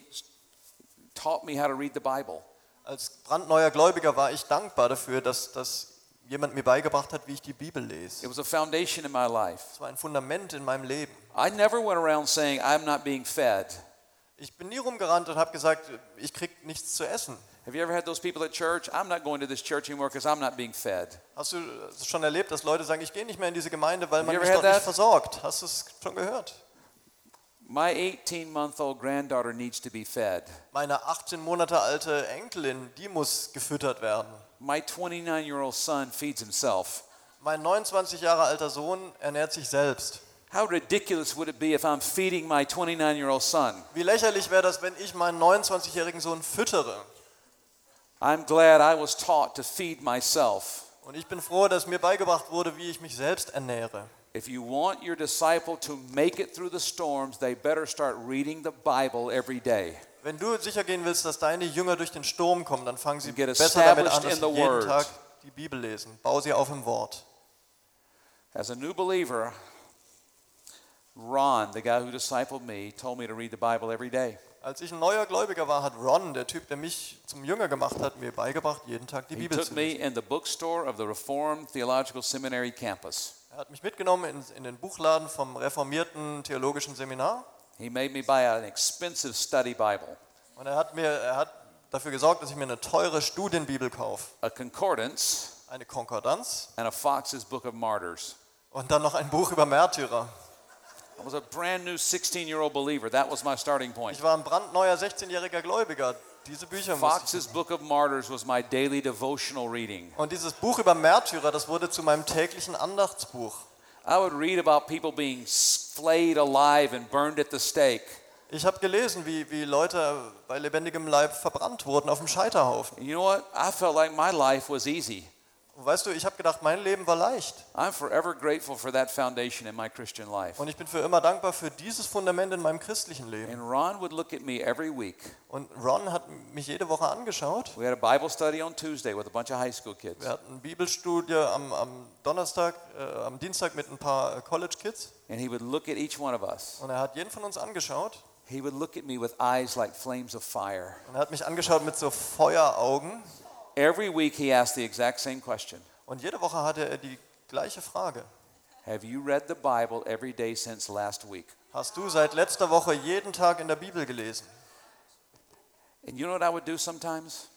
taught me how to read the Bible. Als brandneuer Gläubiger war ich dankbar dafür, dass, dass jemand mir beigebracht hat, wie ich die Bibel It lese. was a foundation in my life. Das war ein Fundament in meinem Leben. I never went around saying, I'm not being fed. Ich bin nie rumgerannt und habe gesagt, ich krieg nichts zu essen. Have you ever had those people at church? I'm not going to this church anymore because I'm not being fed. Hast du es schon erlebt, dass Leute sagen, ich gehe nicht mehr in diese Gemeinde, weil man You mich ever dort had nicht that? versorgt? Hast du es schon gehört? My 18 month old granddaughter needs to be fed. Meine 18 Monate alte Enkelin, die muss gefüttert werden. My 29 year old son feeds himself. Mein 29 Jahre alter Sohn ernährt sich selbst. How ridiculous would it be if I'm feeding my 29 year old son? Wie lächerlich wäre das, wenn ich meinen 29-jährigen Sohn füttere? I'm glad I was taught to feed myself. Und ich bin froh, dass mir beigebracht wurde, wie ich mich selbst ernähre. If you want your disciple to make it through the storms, they better start reading the Bible every day. Wenn du sicher gehen willst, dass deine Jünger durch den Sturm kommen, dann fangen sie And get besser damit established an, dass in sie the jeden Word. Tag die Bibel lesen. Bau sie auf im Wort. As a new believer, Ron, the guy who discipled me, told me to read the Bible every day. Als ich ein neuer Gläubiger war, hat Ron, der Typ, der mich zum Jünger gemacht hat, mir beigebracht, jeden Tag die He Bibel took zu me lesen. in the bookstore of the Reformed Theological Seminary campus. Er hat mich mitgenommen in, in den Buchladen vom reformierten theologischen Seminar He made me buy an expensive study Bible, und er hat, mir, er hat dafür gesorgt, dass ich mir eine teure Studienbibel kaufe, a concordance, eine Konkordanz and a Fox's Book of Martyrs. und dann noch ein Buch über Märtyrer. I was a brand new 16 year old believer. That was my starting point. Ich war ein brandneuer 16-jähriger Gläubiger. Diese Bücher musste ich. Fox's Book of Martyrs was my daily devotional reading. Und dieses Buch über Märtyrer, das wurde zu meinem täglichen Andachtsbuch. I would read about people being flayed alive and burned at the stake. Ich habe gelesen, wie, wie Leute bei lebendigem Leib verbrannt wurden auf dem Scheiterhaufen. And you know what? I felt like my life was easy. Und weißt du, ich habe gedacht, mein Leben war leicht. I'm forever grateful for that foundation in my Christian life. Und ich bin für immer dankbar für dieses Fundament in meinem christlichen Leben. And Ron would look at me every week. Und Ron hat mich jede Woche angeschaut. We had a Bible study on Tuesday with a bunch of high school kids. Wir hatten Bibelstudie am, am Donnerstag, äh, am Dienstag mit ein paar äh, College Kids. And he would look at each one of us. Und er hat jeden von uns angeschaut. He would look at me with eyes like flames of fire. Und er hat mich angeschaut mit so Feueraugen. Every week he asked the exact same question Und jede Woche hatte er die gleiche Frage. Have you read the Bible every day since last week? Hast du seit letzter Woche jeden Tag in der Bibel gelesen? And you know what I would do sometimes?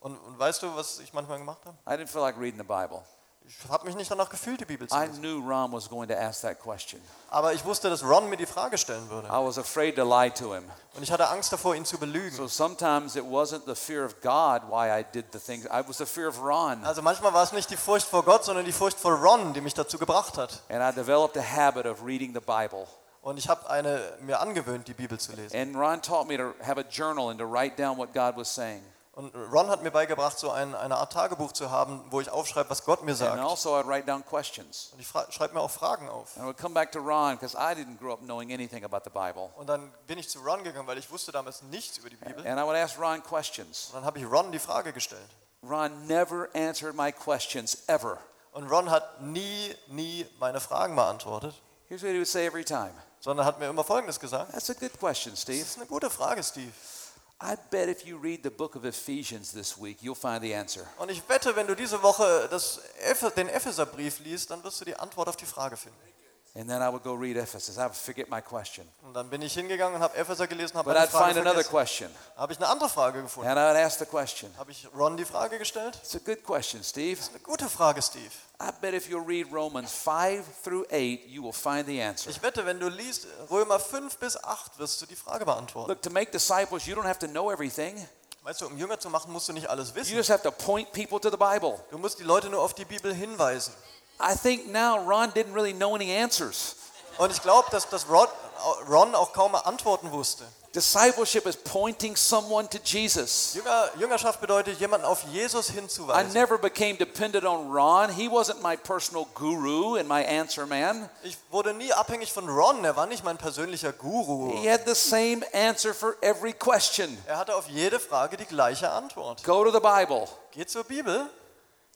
Und, und weißt du, was ich manchmal gemacht habe? I didn't feel like reading the Bible. Ich habe mich nicht danach gefühlt, die Bibel zu I lesen. knew Ron was going to ask that question. Aber ich wusste, dass Ron mir die Frage stellen würde. I was afraid to lie to him. Und ich hatte Angst davor, ihn zu belügen. So sometimes it wasn't the fear of God why I did the things. I was the fear of Ron. Also manchmal war es nicht die Furcht vor Gott, sondern die Furcht vor Ron, die mich dazu gebracht hat. And I developed a habit of reading the Bible. Und ich habe eine mir angewöhnt, die Bibel zu lesen. And Ron taught me to have a journal and to write down what God was saying. Und Ron hat mir beigebracht, so ein, eine Art Tagebuch zu haben, wo ich aufschreibe, was Gott mir And sagt. Und also I'd write down questions. ich schreibe mir auch Fragen auf. And I would come back to Ron because I didn't grow up knowing anything about the Bible. Und dann bin ich zu Ron gegangen, weil ich wusste damals nichts über die Bibel. Und And I would ask Ron questions. dann habe ich Ron die Frage gestellt. Ron never answered my questions ever. Und Ron hat nie, nie meine Fragen beantwortet, Here's what he would say every time. sondern hat mir immer Folgendes gesagt. That's a good question, Das Steve. ist eine gute Frage, Steve. I bet if you read the book of Ephesians this week, you'll find the answer. Und ich wette, wenn du diese Woche das Ephe- den Epheserbrief liest, dann wirst du die Antwort auf die Frage finden. And then I would go read Ephesus. I would forget my question. Und dann bin ich hingegangen und habe Epheser gelesen, habe But meine I'd Frage find another vergessen. question. Habe ich eine andere Frage gefunden. And I would ask the question. Habe ich Ron die Frage gestellt? It's a good question, Steve. Eine gute Frage, Steve. I bet if you'll read Romans 5 through 8, you will find the answer. Ich wette, wenn du liest äh, Römer 5 bis 8, wirst du die Frage beantworten. Look, to make disciples, you don't have to know everything. Weißt du, um Jünger zu machen, musst du nicht alles You wissen. just have to point people to the Bible. Du musst die Leute nur auf die Bibel hinweisen. I think now Ron didn't really know any answers. Und ich glaube, dass, dass Rod Ron auch kaum Antworten wusste. Discipleship is pointing someone to Jesus. Jünger, Jüngerschaft bedeutet, jemanden auf Jesus I hinzuweisen. never became dependent on Ron. He wasn't my personal guru and my answer man. Ich wurde nie abhängig von Ron, er war nicht mein persönlicher He Guru. had the same answer for every question. Er hatte auf jede Frage die gleiche Antwort. Go to the Bible. Geh zur Bibel.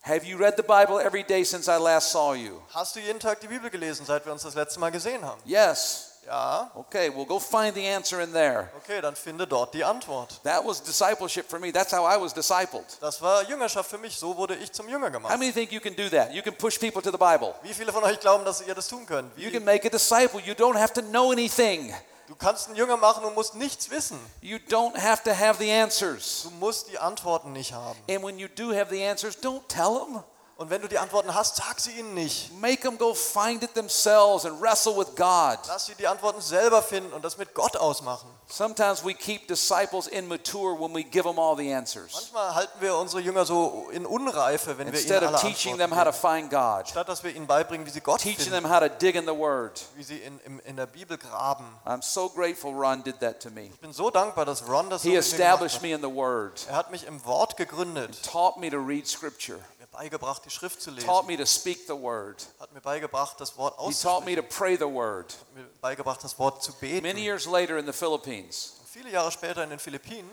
Have you read the Bible every day since I last saw you? Hast du jeden Tag die Bibel gelesen, seit wir uns das letzte Mal gesehen haben? Yes. Ja. Okay, well, go find the answer in there. Okay, dann finde dort die Antwort. That was discipleship for me. That's how I was discipled. Das war Jüngerschaft für mich, so wurde ich zum Jünger How gemacht. many think you can do that? You can push people to the Bible. Wie viele von euch glauben, dass ihr das tun könnt? You Wie, can make a disciple. You don't have to know anything. du kannst einen Jünger machen und musst nichts wissen. You don't have to have the answers. Du musst die Antworten nicht haben. And when you do have the answers, don't tell them. Und wenn du die Antworten hast, sag sie ihnen nicht. Make them go find it themselves and wrestle with God. Lass sie die Antworten selber finden und das mit Gott ausmachen. Sometimes we keep disciples immature when we give them all the answers Manchmal halten wir unsere Jünger so in Unreife, wenn wir instead ihnen alle of teaching them Antworten how to geben. find God, Statt dass wir ihnen beibringen, wie sie Gott teaching finden, them how to dig in the Word. wie sie in, in, in der Bibel graben. I'm so grateful Ron did that to me. Ich bin so dankbar, dass Ron das so He mit mir gemacht established hat. me in the Word, Er hat mich im Wort gegründet, taught me to read Scripture, mir beigebracht, die Schrift zu lesen, taught me to speak the Word, hat mir beigebracht, das Wort he taught auszusprechen, me to pray the Word. hat mir beigebracht, das Wort zu Many beten. years later in the Philippines, Und viele Jahre später in den Philippinen,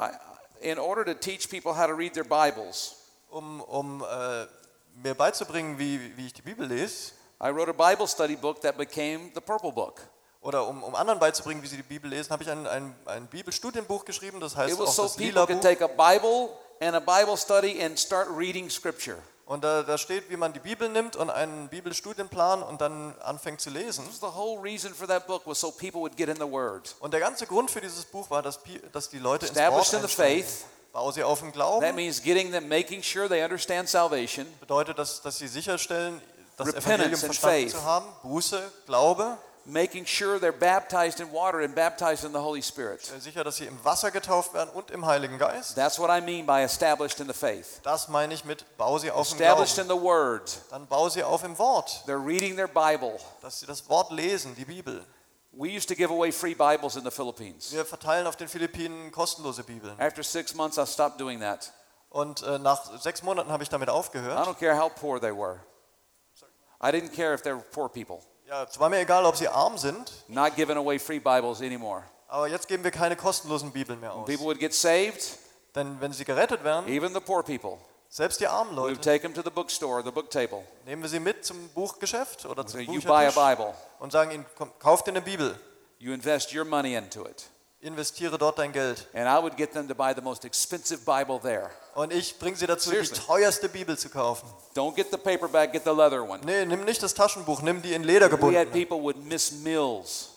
I, in order to teach people how to read their Bibles, um, um äh, mir beizubringen, wie, wie ich die Bibel lese, I wrote a Bible study book that became the Purple Book. oder um, um anderen beizubringen, wie sie die Bibel lesen, habe ich ein, ein, ein Bibelstudienbuch geschrieben, das heißt It auch was so das people lila could Buch. take a Bible and a Bible study and start reading Scripture. Und da, da steht, wie man die Bibel nimmt und einen Bibelstudienplan und dann anfängt zu lesen. The whole reason for that book was so people would get in the Word. Und der ganze Grund für dieses Buch war, dass, Pi- dass die Leute ins Established Wort in the einsteigen. faith. Bau sie auf den That Glauben. means getting them, making sure they understand salvation, Bedeutet, dass, dass sie sicherstellen, das Repentance Evangelium and verstanden faith. zu haben. Buße, Glaube. making sure they're baptized in water and baptized in the Holy Spirit. äh, Sicher, dass sie im Wasser getauft werden und im Heiligen Geist. That's what I mean by established in the faith. Das meine ich mit, bau sie auf den Established Glauben. in the Word. Dann bau sie auf im Wort, They're reading their Bible. dass sie das Wort lesen, die Bibel. We used to give away free Bibles in the Philippines. Wir verteilen auf den Philippinen kostenlose Bibeln. After six months, I stopped doing that. Und äh, nach sechs Monaten habe ich damit I aufgehört. don't care how poor they were. I didn't care if they were poor people. Ja, es war mir egal, ob sie arm sind, Not giving away free Bibles anymore. aber jetzt geben wir keine kostenlosen Bibeln mehr aus. People would get saved, Denn wenn sie gerettet werden, even the poor people. selbst die armen We would Leute, take them to the bookstore, the book table. nehmen wir sie mit zum Buchgeschäft oder So zum you buy a Büchertisch Bible, und sagen ihnen, komm, kauf dir eine Bibel, you invest your money into it. investiere dort dein Geld. And I would get them to buy the most expensive Bible there. Und ich bringe sie dazu, die Seriously. teuerste Bibel zu kaufen. Don't get the paperback, get the leather one. Nee, nimm nicht das Taschenbuch, nimm die in Leder We had gebunden. people would miss meals.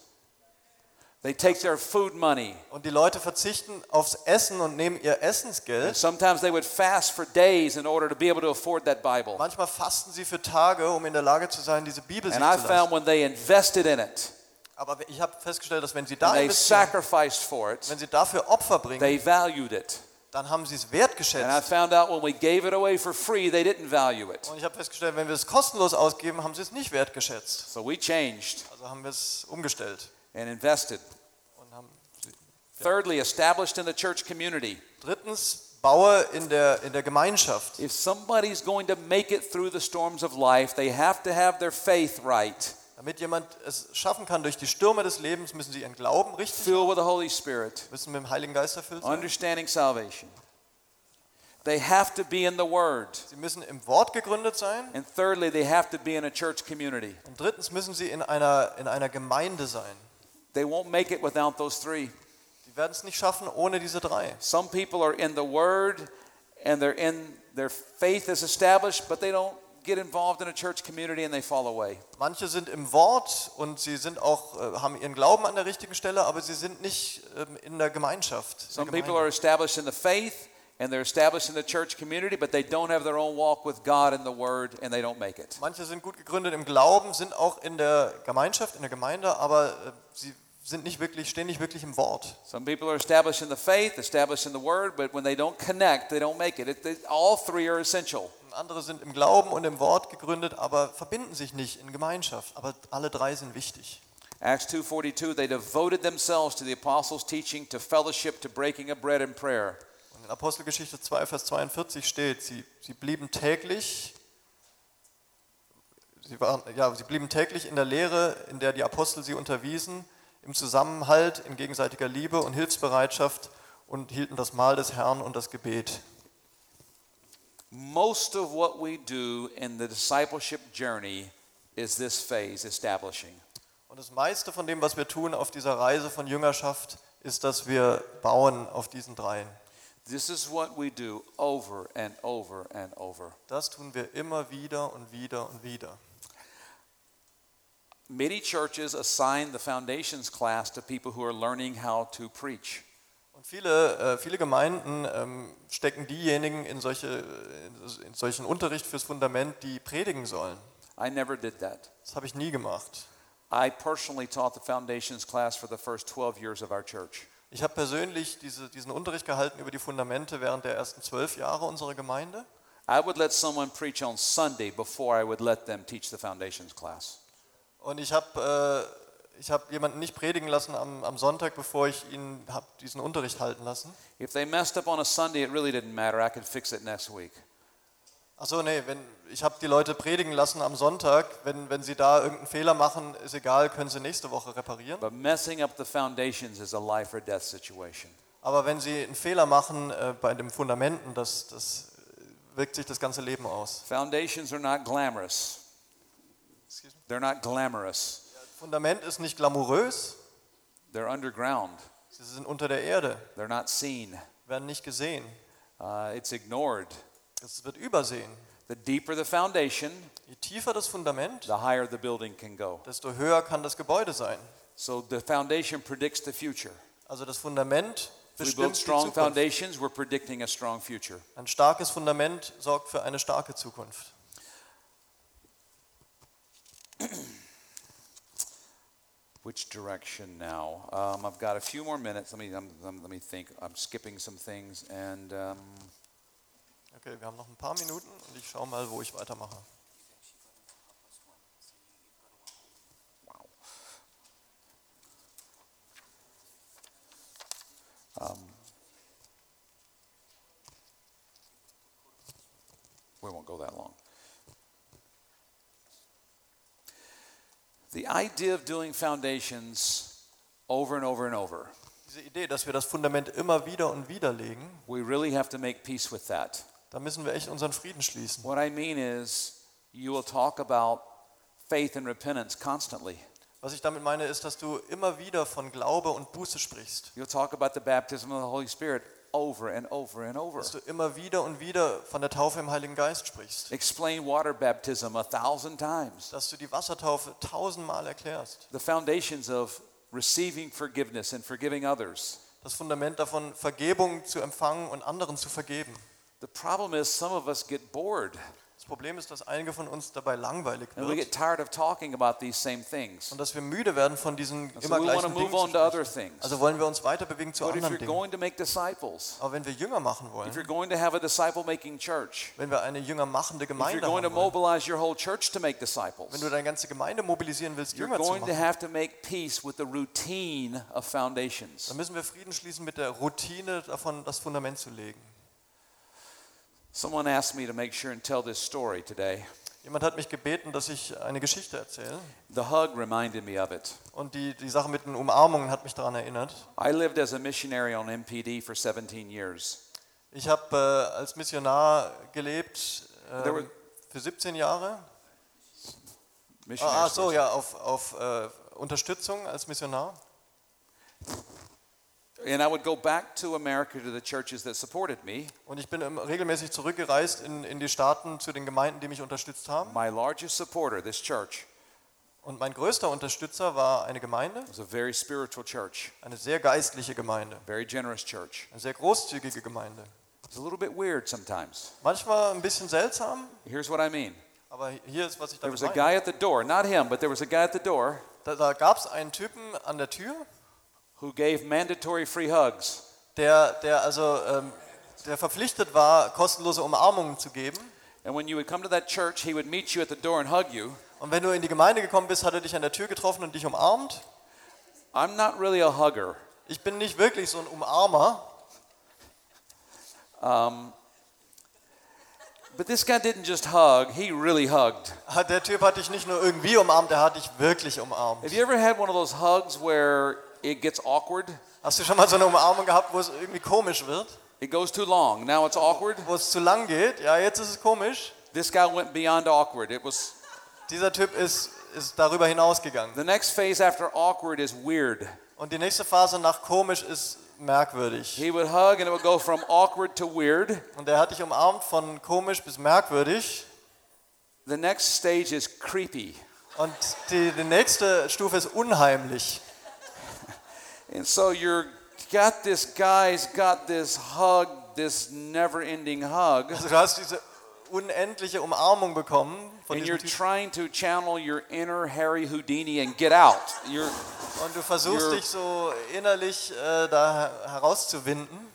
They take their food money. Und die Leute verzichten aufs Essen und nehmen ihr And Essensgeld. sometimes they would fast for days in order to be able to afford that Bible. Manchmal fasten sie für Tage, um in der Lage zu sein, diese Bibel sich And zu I leisten. found when they invested in it, Aber ich habe festgestellt, dass wenn sie da and they investieren, sacrificed for it, wenn sie dafür Opfer bringen, they valued it. dann haben sie es And I wertgeschätzt. found out when we gave it away for free, they didn't value it. Und ich habe festgestellt, wenn wir es kostenlos ausgeben, haben sie es nicht wertgeschätzt. So we changed Also haben wir es umgestellt. and invested. Und haben Thirdly, established in the church community. Drittens, baue in der, in der Gemeinschaft. If somebody's going to make it through the storms of life, they have to have their faith right, Damit jemand es schaffen kann, durch die Stürme des Lebens müssen sie ihren Glauben richtig, filled with the Holy Spirit, müssen mit dem Heiligen Geist erfüllt sein. understanding salvation. They have to be in the Word. Sie müssen im Wort gegründet sein. And thirdly, they have to be in a church community. Und drittens müssen sie in einer, in einer Gemeinde sein. They won't make it without those three. Die werden es nicht schaffen ohne diese drei. Some people are in the Word and they're in their faith is established, but they don't get involved in a church community and they fall away. Manche sind im Wort und sie sind auch, äh, haben ihren Glauben an der richtigen Stelle, aber sie sind nicht ähm, in der Gemeinschaft. in der Some people Gemeinde. are established in the faith and they're established in the church community, but they don't have their own walk with God and the Word and they don't make it. Manche sind gut gegründet im Glauben, sind auch in der Gemeinschaft, in der Gemeinde, aber äh, sie sind nicht wirklich, stehen nicht wirklich im Wort. Some people are established in the faith, established in the Word, but when they don't connect, they don't make it. it they, all three are essential. Und andere sind im Glauben und im Wort gegründet, aber verbinden sich nicht in Gemeinschaft. Aber alle drei sind wichtig. Acts 2:42 they devoted themselves to the apostles' teaching, to fellowship, to breaking of bread and prayer. Und in Apostelgeschichte 2, Vers 42 steht, sie, sie blieben täglich, sie, waren, ja, sie blieben täglich in der Lehre, in der die Apostel sie unterwiesen, im Zusammenhalt, in gegenseitiger Liebe und Hilfsbereitschaft und hielten das Mahl des Herrn und das Gebet. Most of what we do in the discipleship journey is this phase establishing. Und das meiste von dem, was wir tun auf dieser Reise von Jüngerschaft, ist, dass wir bauen auf diesen dreien. This is what we do over and over and over. Das tun wir immer wieder und wieder und wieder. Many churches assign the foundations class to people who are learning how to preach. Und viele, äh, viele Gemeinden ähm, stecken diejenigen in, solche, äh, in solchen Unterricht fürs Fundament, die predigen sollen. I never did that. Das habe ich nie gemacht. I personally taught the foundations class for the first 12 years of our church. Ich habe persönlich diese, diesen Unterricht gehalten über die Fundamente während der ersten zwölf Jahre unserer Gemeinde. I would let someone preach on Sunday before I would let them teach the foundations class. Und ich habe äh, ich hab jemanden nicht predigen lassen am, am Sonntag, bevor ich ihn hab diesen Unterricht halten lassen. If they messed up on a Sunday, it really didn't matter. I could fix it next week. Achso, nee, wenn, ich habe die Leute predigen lassen am Sonntag. Wenn, wenn sie da irgendeinen Fehler machen, ist egal, können sie nächste Woche reparieren. But messing up the foundations is a life or death situation. Aber wenn sie einen Fehler machen äh, bei den Fundamenten, das, das äh, wirkt sich das ganze Leben aus. Foundations are not glamorous. Excuse me? They're not glamorous. Das Fundament ist nicht glamourös, They're underground. sie sind unter der Erde, They're not seen. werden nicht gesehen. Uh, it's ignored. Es wird übersehen. The deeper the foundation, Je tiefer das Fundament, the higher the building can go. desto höher kann das Gebäude sein. So the foundation predicts the future. Also das Fundament If we build bestimmt die strong Zukunft. foundations, we're predicting a strong future. Ein starkes Fundament sorgt für eine starke Zukunft. Which direction now? Um, I've got a few more minutes. Let me, um, um, let me think. I'm skipping some things. And um, Okay, wir haben noch ein paar Minuten und ich schaue mal, wo ich weitermache. we won't go that long. The idea of doing foundations over and over and over, Diese Idee, dass wir das Fundament immer wieder und wieder legen, we really have to make peace with that. da müssen wir echt unseren Frieden schließen. What I mean is, you will talk about faith and repentance constantly. Was ich damit meine, ist, dass du immer wieder von Glaube und Buße sprichst. You'll talk about the baptism of the Holy Spirit over and over and over. Dass du immer wieder und wieder von der Taufe im Heiligen Geist sprichst. Explain water baptism a thousand times. Dass du die Wassertaufe tausendmal erklärst. The foundations of receiving forgiveness and forgiving others. Das Fundament davon, Vergebung zu empfangen und anderen zu vergeben. The problem is, some of us get bored Das Problem ist, dass einige von uns dabei langweilig and we wird get tired of talking about these same things. und dass wir müde werden von diesen And immer So we want to gleichen Dingen. move zu on to other sprechen. things. Also wollen wir uns weiter bewegen zu But if anderen you're Dingen. going to make disciples, Aber wenn wir Jünger machen if you're wollen, going to have a disciple making church, wenn wir eine Jünger machende if you're Gemeinde going to haben wollen, mobilize your whole church to make disciples, wenn du deine ganze Gemeinde mobilisieren willst, You're Jünger zu going to machen, have to make peace with the routine of foundations. dann müssen wir Frieden schließen mit der Routine davon, das Fundament zu legen. Someone asked me to make sure and tell this story today. Jemand hat mich gebeten, dass ich eine Geschichte erzähle The hug reminded me of it. und die, die Sache mit den Umarmungen hat mich daran erinnert. I lived as a missionary on MPD for 17 years. Ich habe äh, als Missionar gelebt There were- ähm, für 17 Jahre Missionaries Ah, ah so, first. ja, auf, auf äh, Unterstützung als Missionar. And I would go back to America to the churches that supported me. Und ich bin ähm, regelmäßig zurückgereist in, in die Staaten zu den Gemeinden, die mich unterstützt haben. My largest supporter, this church, Und mein größter Unterstützer war eine Gemeinde, was a very spiritual church, eine sehr geistliche Gemeinde, very generous church. eine sehr großzügige Gemeinde. It's a little bit weird sometimes. Manchmal ein bisschen seltsam, Here's what I mean. aber hier ist, was ich There damit was a meine. guy at the door, not him, but there was a guy at the door Da, da gab es einen Typen an der Tür, who gave mandatory free hugs. der, der also ähm, der verpflichtet war, kostenlose Umarmungen zu geben. And when you would come to that church, he would meet you at the door and hug you. Und wenn du in die Gemeinde gekommen bist, hat er dich an der Tür getroffen und dich umarmt. I'm not really a hugger. Ich bin nicht wirklich so ein Umarmer, um, But this guy didn't just hug, he really hugged. Hat- Der Typ hat dich nicht nur irgendwie umarmt, er hat dich wirklich umarmt. Have you ever had one of those hugs where it gets awkward? Hast du schon mal so eine Umarmung gehabt, wo es irgendwie komisch wird? It goes too long. Now it's awkward. Wo es zu lang geht? Ja, jetzt ist es komisch. This guy went beyond awkward. It was Dieser Typ ist, ist darüber hinausgegangen. the next phase after awkward is weird. Und die nächste Phase nach komisch ist merkwürdig. He would hug and it would go from awkward to weird. Und er hat dich umarmt von komisch bis merkwürdig. The next stage is creepy. Und die, die nächste Stufe ist unheimlich. And so you're got this guy's got this hug, this never-ending hug, Also du hast diese unendliche Umarmung bekommen von and you're diesem trying Typen. to channel your inner Harry Houdini and get out. You're Und du versuchst you're- dich so innerlich äh, da her- herauszuwinden.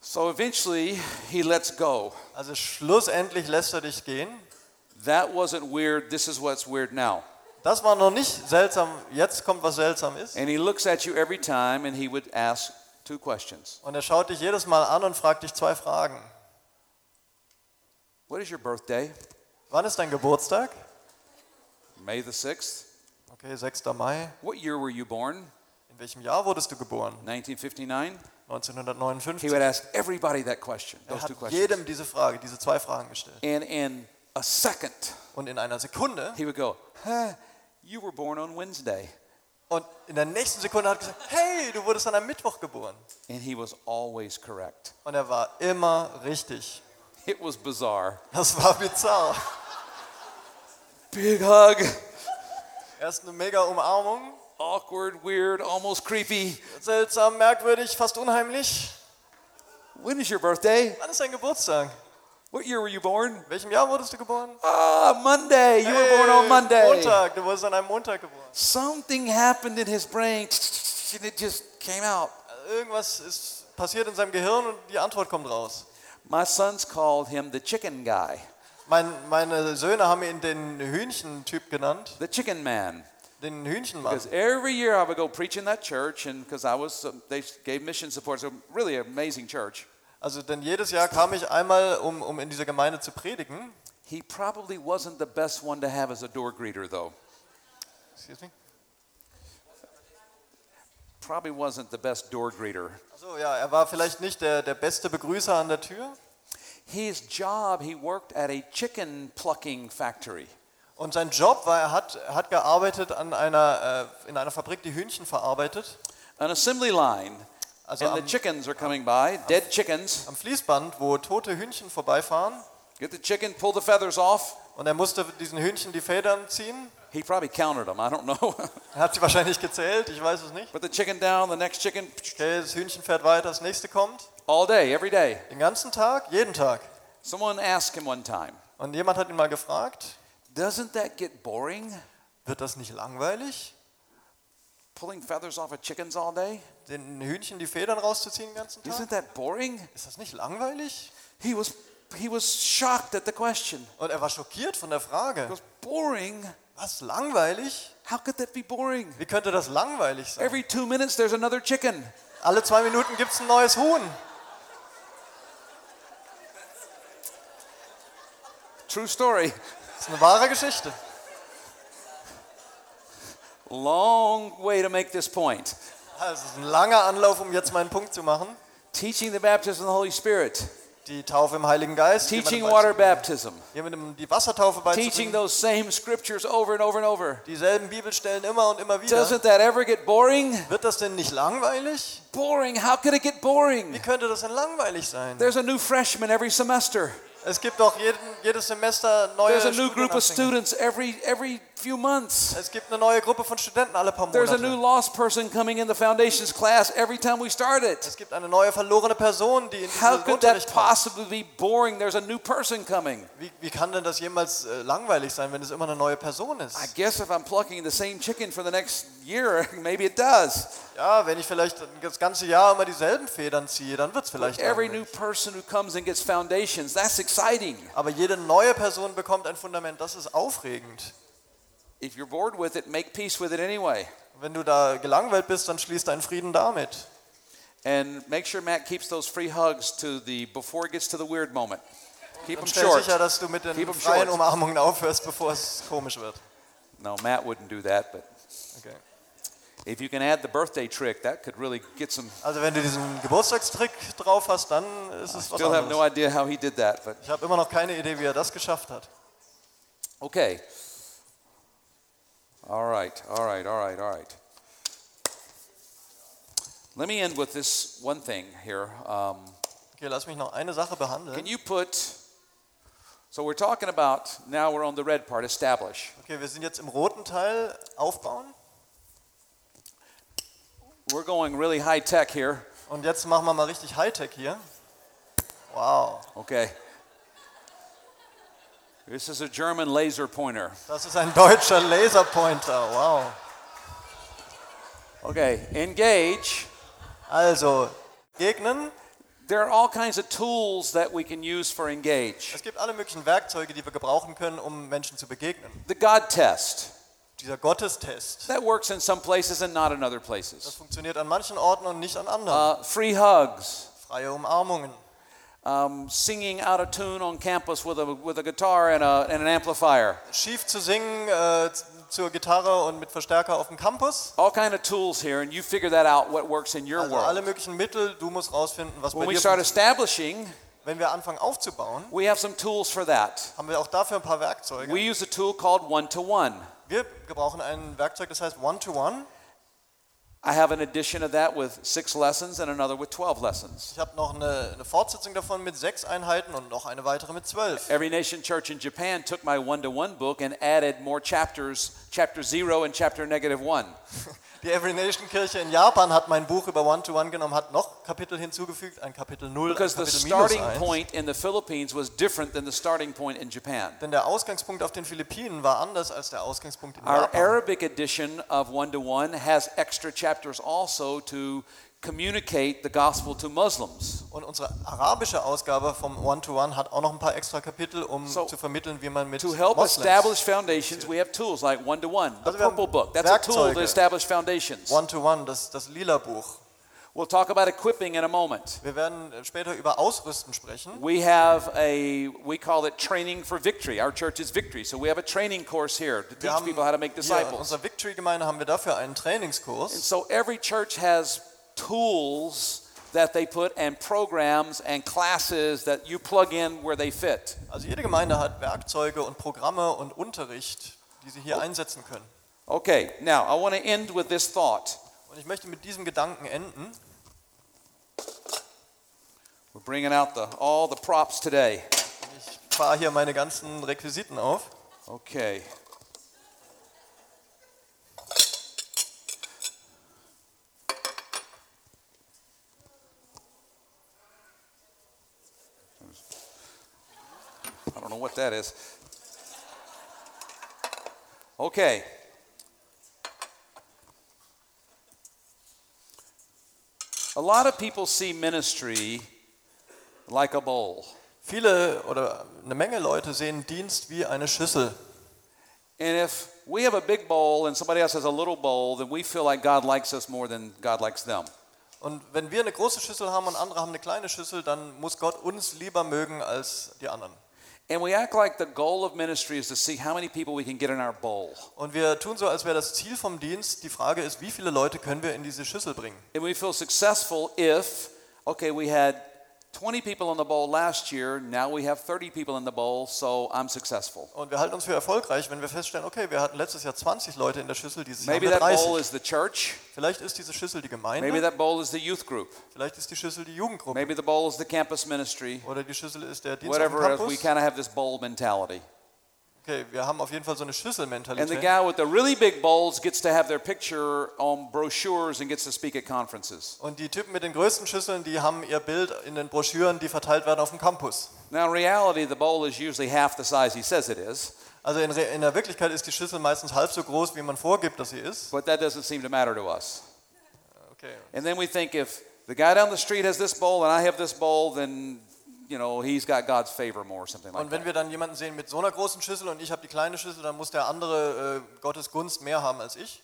so eventually he lets go. Also schlussendlich lässt er dich gehen. That wasn't weird. This is what's weird now. Das war noch nicht seltsam. Jetzt kommt was seltsam ist. And he looks at you every time and he would ask two questions. Und er schaut dich jedes Mal an und fragt dich zwei Fragen. What is your birthday? Wann ist dein Geburtstag? May the 6th. Okay, 6. Mai. What year were you born? In welchem Jahr wurdest du geboren? 1959. He 1959. would ask everybody that question, Er those two hat questions. jedem diese Frage, diese zwei Fragen gestellt. And in a second, Und in einer Sekunde, he would go, huh, you were born on Wednesday. und in der nächsten Sekunde hat er gesagt, hey, du wurdest an einem Mittwoch geboren. And he was always correct. Und er war immer richtig. It was bizarre. Das war bizarr. Big hug, Erst eine mega Umarmung, awkward, weird, almost creepy. seltsam, merkwürdig, fast unheimlich. When is your birthday? Wann ist dein Geburtstag? What year were you born? In welchem Jahr wurdest du geboren? Ah, Monday. You were born on Hey, Monday. Montag, du wurdest an einem Montag geboren. Something happened in his brain and it just came out. Irgendwas ist passiert in seinem Gehirn und die Antwort kommt raus. My sons called him the chicken guy, Mein, meine Söhne haben ihn den Hühnchentyp genannt, the chicken man. den Hühnchenmann. Because every year I would go preach in that church, and because I was, uh, they gave mission support, so really amazing church. Also denn jedes Jahr kam ich einmal, um, um in dieser Gemeinde zu predigen. He probably wasn't the best one to have as a door greeter, though. Excuse me. Probably wasn't the best door greeter. Also ja, er war vielleicht nicht der, der beste Begrüßer an der Tür. His job, he worked at a chicken plucking factory. Und sein Job war, er hat, er hat gearbeitet an einer, äh, in einer Fabrik, die Hühnchen verarbeitet. An assembly line, Also and the am, chickens are coming by, dead chickens. am Fließband, wo tote Hühnchen vorbeifahren. Get the chicken, pull the feathers off. Und er musste diesen Hühnchen die Federn ziehen. He probably counted them. I don't know. Er hat sie wahrscheinlich gezählt, ich weiß es nicht. Put the chicken down, the next chicken, Okay, das Hühnchen fährt weiter, das nächste kommt. all day, every day. Den ganzen Tag, jeden Tag. Someone asked him one time, Und jemand hat ihn mal gefragt, Doesn't that get boring? wird das nicht langweilig, Pulling feathers off of chickens all day? den Hühnchen die Federn rauszuziehen den ganzen Tag? Isn't that boring? Ist das nicht langweilig? He was, he was shocked at the question. Und er war schockiert von der He Frage, goes, Boring? was langweilig? How could that be boring? Wie könnte das langweilig sein? Every two minutes, there's another chicken. Alle zwei Minuten gibt es ein neues Huhn. True story. Das ist eine wahre Geschichte. Long way to make this point. Also es ist ein langer Anlauf, um jetzt meinen Punkt zu machen. Teaching the baptism of the Holy Spirit, Die Taufe im Heiligen Geist. teaching jemandem water beizubringen. baptism, Jemandem die Wassertaufe teaching beizubringen. those same scriptures over and over and over. Dieselben Bibelstellen immer und immer wieder. Doesn't that ever get boring? Wird das denn nicht langweilig? Boring. How could it get boring? Wie könnte das denn langweilig sein? There's a new freshman every semester. Es gibt doch jeden, jedes Semester neue Oh, There's a new group of Studienanfänger. students every every few months. Es gibt eine neue Gruppe von Studenten alle paar There's a new Monate. lost person coming in the foundations class every time we start it. Es gibt eine neue verlorene Person, die in How diesen could that Unterricht kommt. possibly be boring? There's a new person coming. Wie, wie kann denn das jemals äh, langweilig sein, wenn es immer eine neue Person ist? I guess if I'm plucking the same chicken for the next year, maybe it does. Ja, wenn ich vielleicht das ganze Jahr immer dieselben Federn ziehe, dann wird es vielleicht Every new langweilig. person who comes and gets foundations, that's exciting. Aber jede neue Person bekommt ein Fundament, das ist aufregend. If you're bored with it, make peace with it anyway. Wenn du da gelangweilt bist, dann schließ deinen Frieden damit. And make sure Matt keeps those free hugs to the before it gets to the weird moment. Keep them Dann stell short. sicher, dass du mit den Keep 'em freien short. Umarmungen aufhörst, bevor es komisch wird. No, Matt wouldn't do that, but Okay. if you can add the birthday trick, that could really get some. Also wenn du diesen Geburtstagstrick drauf hast, dann ist es was Still have no anderes. idea how he did that, but Ich habe immer noch keine Idee, wie er das geschafft hat. okay. All right, all right, all right, all right. Let me end with this one thing here. Um, Okay, lass mich noch eine Sache can behandeln. you put? So we're talking about now we're on the red part, establish. Okay, wir sind jetzt im roten Teil aufbauen We're going really high tech here. und jetzt machen wir mal richtig Hightech hier. Wow, Okay. This is a German laser pointer. das ist ein deutscher Laserpointer. Wow. Okay, engage. Also gegnen. There are all kinds of tools that we can use for engage. Es gibt alle möglichen Werkzeuge, die wir gebrauchen können, um Menschen zu begegnen. The God test. Dieser Gottestest. That works in some places and not in other Das places. funktioniert an manchen Orten und nicht an anderen. Uh, free hugs. Freie Umarmungen. Um, singing out of tune on campus with a, with a guitar and, a, and an amplifier. Schief zu singen äh, z- zur Gitarre und mit Verstärker auf dem Campus. All kind of tools here, and you figure that out what works in your Also alle world. möglichen Mittel, du musst rausfinden, was When bei we dir start funktioniert. establishing, Wenn wir anfangen aufzubauen, we have some tools for that. haben wir auch dafür ein paar Werkzeuge. We use a tool called one to one. Wir gebrauchen ein Werkzeug, das heißt One-to-One. I have an edition of that with six lessons and another with 12 lessons. Ich habe noch eine, eine Fortsetzung davon mit sechs Einheiten und noch eine weitere mit zwölf. Every Nation Church in Japan took my one to one book and added more chapters, chapter zero and chapter negative one. Die Every Nation Kirche in Japan hat mein Buch über One-to-One genommen, hat noch Kapitel hinzugefügt, ein Kapitel 0, ein Because the Kapitel minus starting 1. point in the Philippines was different than the starting point in Japan. Denn der Ausgangspunkt auf den Philippinen war anders als der Ausgangspunkt in Our Japan. Arabic edition of one to one has extra chapters also to communicate the gospel to Muslims. Und unsere arabische Ausgabe vom One-to-One hat auch noch ein paar extra Kapitel, um So, zu vermitteln, wie man mit To help Moslems establish foundations, we have tools like one to one, the Also wir haben purple book. That's a tool to Werkzeuge. establish foundations. One-to-One, das, das lila Buch. We'll talk about equipping in a moment. Wir werden später über Ausrüsten sprechen. We have a, we call it training for victory. Our church is victory. So we have a training course here to Wir teach haben people how to make hier in disciples. unserer Victory-Gemeinde haben wir dafür einen And Trainingskurs. so every church has tools that they put and programs and classes that you plug in where they fit. Also jede Gemeinde hat Werkzeuge und Programme und Unterricht, die sie Oh. hier einsetzen können. Okay, now I want to end with this thought. Und ich möchte mit diesem Gedanken enden. We're bringing out the, all the props today. Ich fahre hier meine ganzen Requisiten auf. Okay. I don't know what that is. Okay. A lot of people see ministry like a bowl. Viele oder eine Menge Leute sehen Dienst wie eine Schüssel. And if we have a big bowl and somebody else has a little bowl, then we feel like God likes us more than God likes them. Und wenn wir eine große Schüssel haben und andere haben eine kleine Schüssel, dann muss Gott uns lieber mögen als die anderen. And we act like the goal of ministry is to see how many people we can get in our bowl. Und wir tun so, als wäre das Ziel vom Dienst. Die Frage ist, wie viele Leute können wir in diese Schüssel bringen? And we feel successful if, okay, we had 20 people in the bowl last year, now we have 30 people in the bowl, so I'm successful. Und wir halten uns für erfolgreich, wenn wir feststellen, okay, wir hatten letztes Jahr 20 Leute in der Schüssel, dieses Jahr haben Maybe wir that bowl 30. is the church, Vielleicht ist diese Schüssel die maybe Gemeinde, that bowl is the youth group, vielleicht ist die Schüssel die Jugendgruppe maybe the bowl is the campus ministry, oder die Schüssel ist der Dienst auf dem whatever else. We Campus. kind of have this bowl mentality. Okay, wir haben auf jeden Fall so eine And the Schüsselmentalität. guy with the really big bowls gets to have their picture on brochures and gets to speak at conferences. Und die Typen mit den größten Schüsseln, die haben ihr Bild in den Broschüren, die verteilt werden auf dem Campus. Now, in reality, the bowl is usually half the size he says it is, Also in, Re in der Wirklichkeit ist die Schüssel meistens halb so groß, wie man vorgibt, dass sie ist. but that doesn't seem to matter to us. Okay. And then we think if the guy down the street has this bowl and I have this bowl, then you know, he's got God's favor more or something like Und wenn that. wir dann jemanden sehen mit so einer großen Schüssel und ich habe die kleine Schüssel, dann muss der andere äh, Gottes Gunst mehr haben als ich.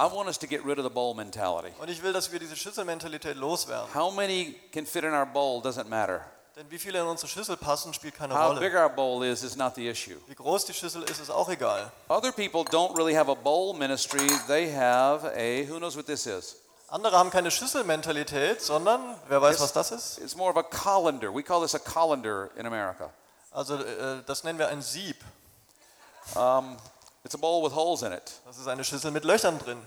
I want us to get rid of the bowl mentality. Und ich will, dass wir diese Schüsselmentalität loswerden. How many can fit in our bowl doesn't matter. Denn wie viele in unsere Schüssel passen, spielt keine How big Rolle. our bowl is is not the issue. Wie groß die Schüssel ist, ist auch egal. Other people don't really have a bowl ministry. They have a who knows what this is. Andere haben keine Schüsselmentalität, sondern, wer weiß, Yes. was das ist? It's more of a colander. We call this a colander in America. Also äh, das nennen wir ein Sieb. Um, It's a bowl with holes in it. Das ist eine Schüssel mit Löchern drin.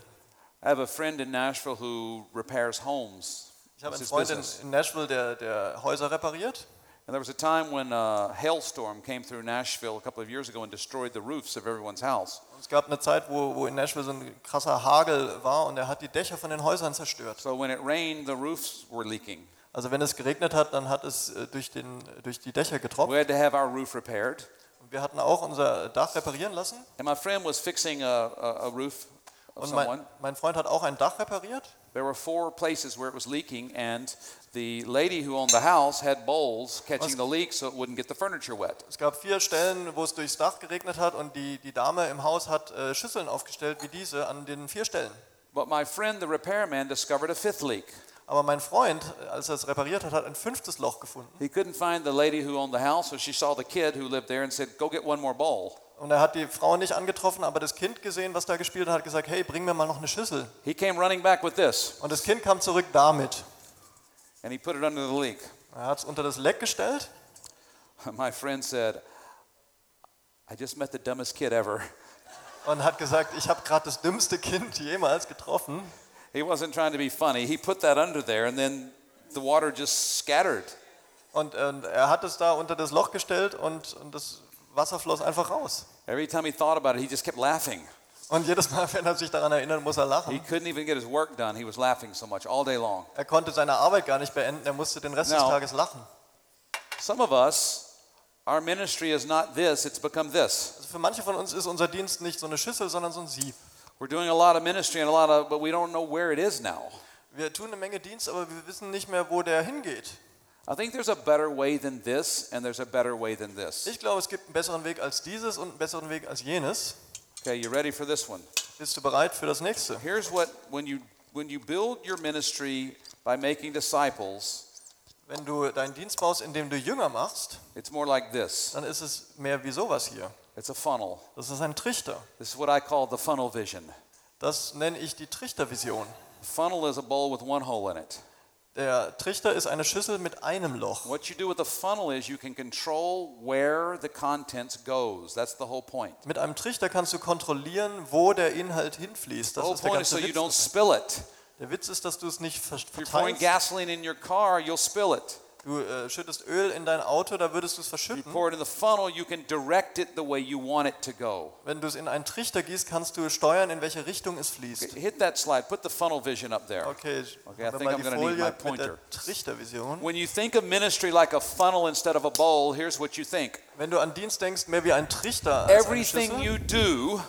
I have a friend in Nashville who repairs homes. Ich habe That's einen his Freund in, business. in Nashville, der, der Häuser repariert. And there was a time when a hailstorm came through Nashville a couple of years ago and destroyed the roofs of everyone's house. Und es gab eine Zeit, wo, wo in Nashville so ein krasser Hagel war und er hat die Dächer von den Häusern zerstört. So when it rained, the roofs were leaking. Also wenn es geregnet hat, dann hat es äh, durch, den, durch die Dächer We getropft. had to have our roof repaired. Und wir hatten auch unser Dach reparieren lassen. And my friend was fixing a, a, a roof of Und someone. mein, mein Freund hat auch ein Dach repariert. There were four places where it was leaking, and the lady who owned the house had bowls catching the leak so it wouldn't get the furniture wet. Es gab vier Stellen, wo es durchs Dach geregnet hat und die, die Dame im Haus hat äh, Schüsseln aufgestellt wie diese an den vier Stellen. But my friend, the repairman, discovered a fifth leak. Aber mein Freund, als er es repariert hat, hat ein fünftes Loch gefunden. He couldn't find the lady who owned the house, so she saw the kid who lived there and said, Go get one more bowl. Und er hat die Frau nicht angetroffen, aber das Kind gesehen, was da gespielt hat, hat gesagt, hey, bring mir mal noch eine Schüssel. He came running back with this, Und das Kind kam zurück damit. and he put it under the leak. Er hat es unter das Leck gestellt. My friend said, I just met the dumbest kid ever. und hat gesagt, ich habe gerade das dümmste Kind jemals getroffen. He wasn't trying to be funny. He put that under there, and then the water just scattered. Und, und er hat es da unter das Loch gestellt und, und das Wasser floss einfach raus. Every time he thought about it, he just kept laughing. Und jedes Mal, wenn er sich daran erinnert, muss er He lachen. couldn't even get his work done. He was laughing so much all day long. Er konnte seine Arbeit gar nicht beenden, er musste den Rest des No. Tages lachen. Some of us, our ministry is not this, it's become this. Also für manche von uns ist unser Dienst nicht so eine Schüssel, sondern so ein Sieb. We're doing a lot of ministry and a lot of, but we don't know where it is now. Wir tun eine Menge Dienst, aber wir wissen nicht mehr, wo der hingeht. I think there's a better way than this, and there's a better way than this. Ich glaube, es gibt einen besseren Weg als dieses und einen besseren Weg als jenes. Okay, you ready for this one? Bist du bereit für das nächste? Here's what when you when you build your ministry by making disciples, Wenn du deinen Dienst baust, indem du Jünger machst, it's more like this. dann ist es mehr wie sowas hier. It's a funnel. Das ist ein Trichter. This is what I call the funnel vision. Das nenne ich die Trichtervision. Funnel is a bowl with one hole in it. Der Trichter ist eine Schüssel mit einem Loch. What you do with the funnel is you can control where the contents goes. That's the whole point. Mit einem Trichter kannst du kontrollieren, wo der Inhalt hinfließt. The Das whole ist der point is Oh, so you ganze Witz. don't dabei. spill it. Der Witz ist, dass du es nicht ver- If you're pouring verteilst. gasoline in your car, you'll spill it. Du äh, schüttest Öl in dein Auto, da würdest du es If you verschütten. pour it in the funnel, you can direct it the way you want it to go. Wenn du es in einen Trichter gießt, kannst du steuern, in welche Richtung es fließt. Okay, Hit that slide. Put the funnel vision up there. Okay, Okay, I haben wir think mal I'm die gonna need my Folie mit pointer. der Trichtervision. When you think of ministry like a funnel instead of a bowl, here's what you think. Wenn du an Dienst denkst, mehr wie ein Trichter als eine Everything Schüssel, you do,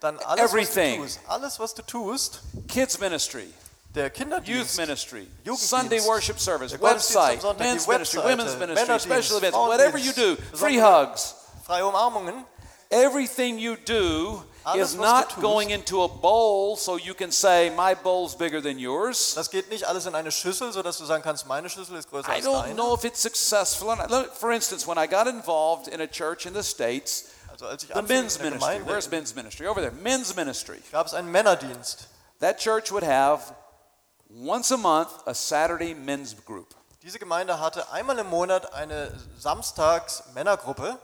dann alles, was du everything. tust, alles, was du tust, kids ministry, der youth Kinderdienst, ministry, Jugenddienst. Sunday worship service, Der Gottesdienst am website, Sonntag, die men's ministry, Webseite, women's ministry, Männerdienst, special events, whatever you Frauendienst, do, free besondere- hugs. freie Umarmungen, Everything you do Alles, is was du not tust. going into a bowl so you can say, My bowl's bigger than yours. Das geht nicht alles in eine Schüssel, sodass du sagen kannst, meine Schüssel ist größer I als don't deine. know if it's successful. or not. Let me- For instance, when I got involved in a church in the States, Also als ich the anfing men's in der ministry, Gemeinde, where's men's ministry? Over there, men's ministry. gab es einen Männerdienst. That church would have once a month a Saturday men's group. Diese Gemeinde hatte einmal im Monat eine Samstags-Männergruppe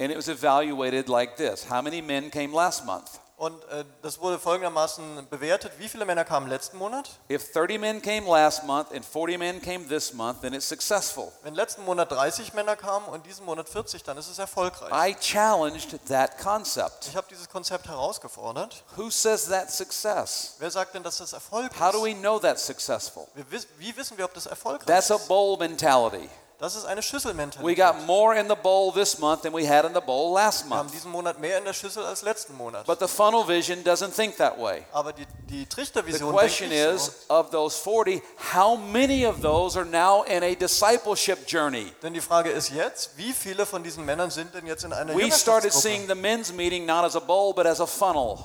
And it was evaluated like this How many men came last month? und äh, das wurde folgendermaßen bewertet. Wie viele Männer kamen letzten Monat? If 30 men came last month and 40 men came this month, then it's successful. Wenn letzten Monat 30 Männer kamen und diesen Monat 40, dann ist es erfolgreich. I challenged that concept. Ich habe dieses Konzept herausgefordert. Who says that's success? Wer sagt denn, dass das Erfolg ist? How do we know that's successful? Wir wiss- wie wissen wir, ob das erfolgreich That's a ist? bowl mentality. Das ist eine We Schüsselmentalität. got more in the bowl this month than we had in the bowl last Wir haben month. diesen Monat mehr in der Schüssel als letzten Monat. But the funnel vision doesn't think that way. Aber die, die The Trichtervision denkt question nicht so. is of those 40, how many of those are now in a discipleship journey? Denn die Frage ist jetzt, wie viele von diesen Männern sind denn jetzt in einer We started seeing Jüngerschaftsgruppe? the men's meeting not as a bowl but as a funnel.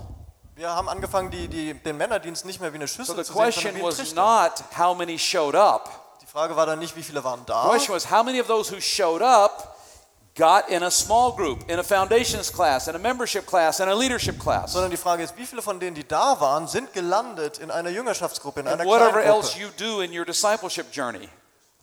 Wir haben angefangen, die, die, den Männerdienst nicht mehr wie eine So Schüssel the zu sehen, sondern question wie ein was Trichter. not how many showed up. Die Frage war dann nicht, wie viele waren The da, question was how many of those who showed up got in a small group, in a foundations class, in a membership class, in a leadership class. sondern die Frage ist, wie viele von denen, die da waren, sind gelandet in einer Jüngerschaftsgruppe, in einer And whatever else Kleingruppe. you do in your discipleship journey.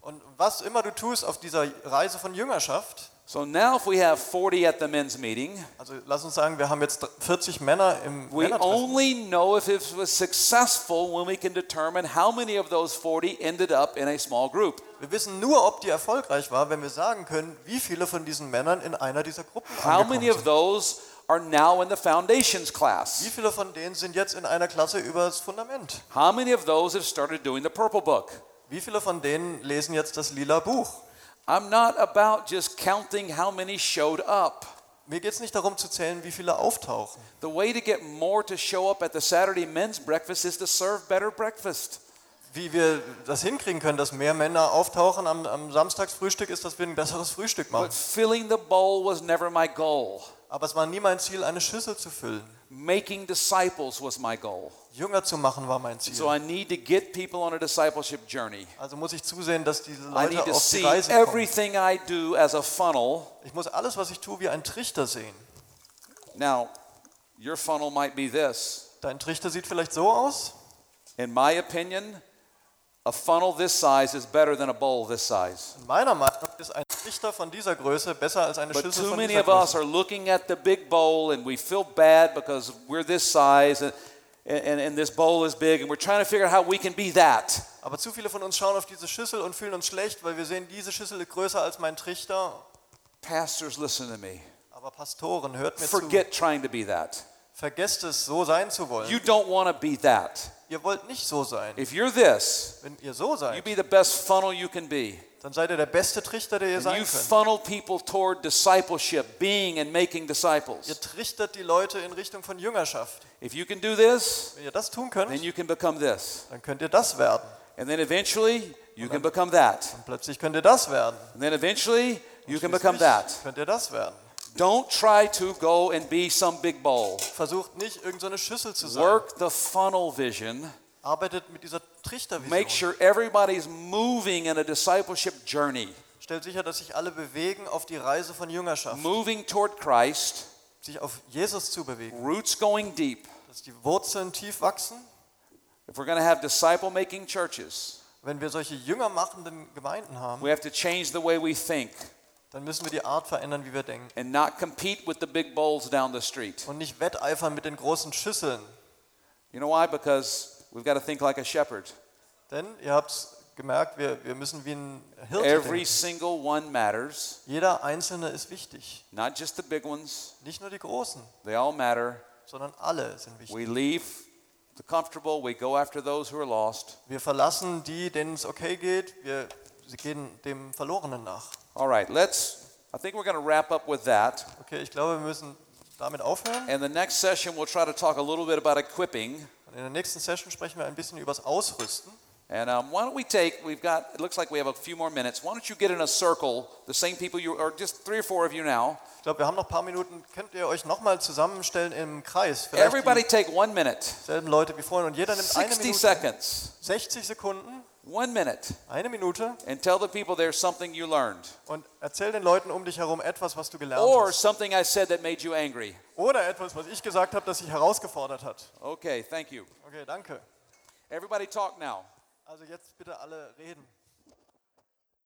Und was immer du tust auf dieser Reise von Jüngerschaft, So now if we have 40 at the men's meeting, also lass uns sagen, wir haben jetzt 40 Männer im we Männertreffen. only know if it was successful when we can determine how many of those 40 ended up in a small group. Wir wissen nur, ob die erfolgreich war, wenn wir sagen können, wie viele von diesen Männern in einer dieser Gruppen How angekommen many sind. of those are now in the foundations Wie class? viele von denen sind jetzt in einer Klasse über das Fundament? How many of those have started doing the purple book? Wie viele von denen lesen jetzt das lila Buch? I'm not about just counting how many showed up. Mir geht es nicht darum zu zählen, wie viele auftauchen. The way to get more to show up at the Saturday men's breakfast is to serve better breakfast. Wie wir das hinkriegen können, dass mehr Männer auftauchen am, am Samstagsfrühstück, ist, dass wir ein besseres Frühstück machen. But filling the bowl was never my goal. Aber es war nie mein Ziel, eine Schüssel zu füllen. Making disciples was my goal. Jünger zu machen war mein So Ziel. I need to get people on a discipleship journey. Also muss ich zusehen, dass diese I need Leute to auf die see Reise kommen. everything I do as a funnel. Ich muss alles, was ich tue, wie ein Trichter sehen. Now, your funnel might be this. Dein Trichter sieht vielleicht so aus. In my opinion, a funnel this size is better than a bowl this size. In meiner Meinung ist ein Trichter von dieser Größe besser als eine But Schüssel too von many dieser of Größe. us are looking at the big bowl and we feel bad because we're this size and, and, and this bowl is big and we're trying to figure out how we can be that. Aber zu viele von uns schauen auf diese Schüssel und fühlen uns schlecht, weil wir sehen, diese Schüssel ist größer als mein Trichter. Pastors, listen to me. Aber Pastoren, hört mir Forget trying to be that. zu. Vergesst es, so sein zu wollen. You don't want to be that. ihr wollt nicht so sein. If you're this, Wenn ihr so You seid, be the best funnel you can be. dann seid ihr der beste Trichter, der ihr And sein you könnt. funnel people toward discipleship, being and making Ihr disciples. trichtert die Leute in Richtung von Jüngerschaft. If you can do this, Wenn ihr das tun then könnt, you can become this. dann könnt ihr das werden. And then eventually, you can become that. Und plötzlich könnt ihr das werden. And then eventually, you can become that. Schließlich könnt ihr das werden. Don't try to go and be some big bowl. Versucht nicht, irgendeine so eine Schüssel zu sein. Work the funnel vision. Arbeitet mit dieser Make Trichtervision. sure everybody's moving in a discipleship journey, Stellt sicher, dass sich alle bewegen auf die Reise von Jüngerschaft. moving toward Christ, Sich auf Jesus zu bewegen. roots going deep. dass die Wurzeln tief wachsen, If we're going to have disciple making churches, wenn wir solche jüngermachenden Gemeinden haben, we have to change the way we think. dann müssen wir die Art verändern, wie wir denken. and not compete with the big bowls down the street. Und nicht wetteifern mit den großen Schüsseln. You know why? Because we've got to think like a shepherd. Denn ihr habt es gemerkt, wir, wir müssen wie ein Hirte Every denken. single one matters, Jeder Einzelne ist wichtig. not just the big ones. Nicht nur die Großen, They all matter. sondern alle sind wichtig. We leave the comfortable, we go after those who are lost. Wir verlassen die, denen es okay geht. Wir sie gehen dem Verlorenen nach. All right, let's. I think we're going to wrap up with that. Okay, ich glaube, wir müssen damit aufhören. And the next session, we'll try to talk a little bit about equipping. Und in der nächsten Session sprechen wir ein bisschen über das Ausrüsten. And um, why don't we take, we've got, it looks like we have a few more minutes. Why don't you get in a circle, the same people you, or just three or four of you now. Ich glaube, wir haben noch ein paar Minuten. Könnt ihr euch nochmal zusammenstellen im Kreis? Vielleicht Everybody take one minute, dieselben Leute wie vorhin. Und jeder nimmt eine 60 Minute, seconds. 60 Sekunden, One minute eine Minute and tell the people there's something you learned und erzähl den Leuten um dich herum etwas, was du gelernt or hast. something I said that made you angry. Oder etwas, was ich gesagt habe, das dich herausgefordert hat. Okay, thank you. Okay, danke. Everybody talk now. Also jetzt bitte alle reden.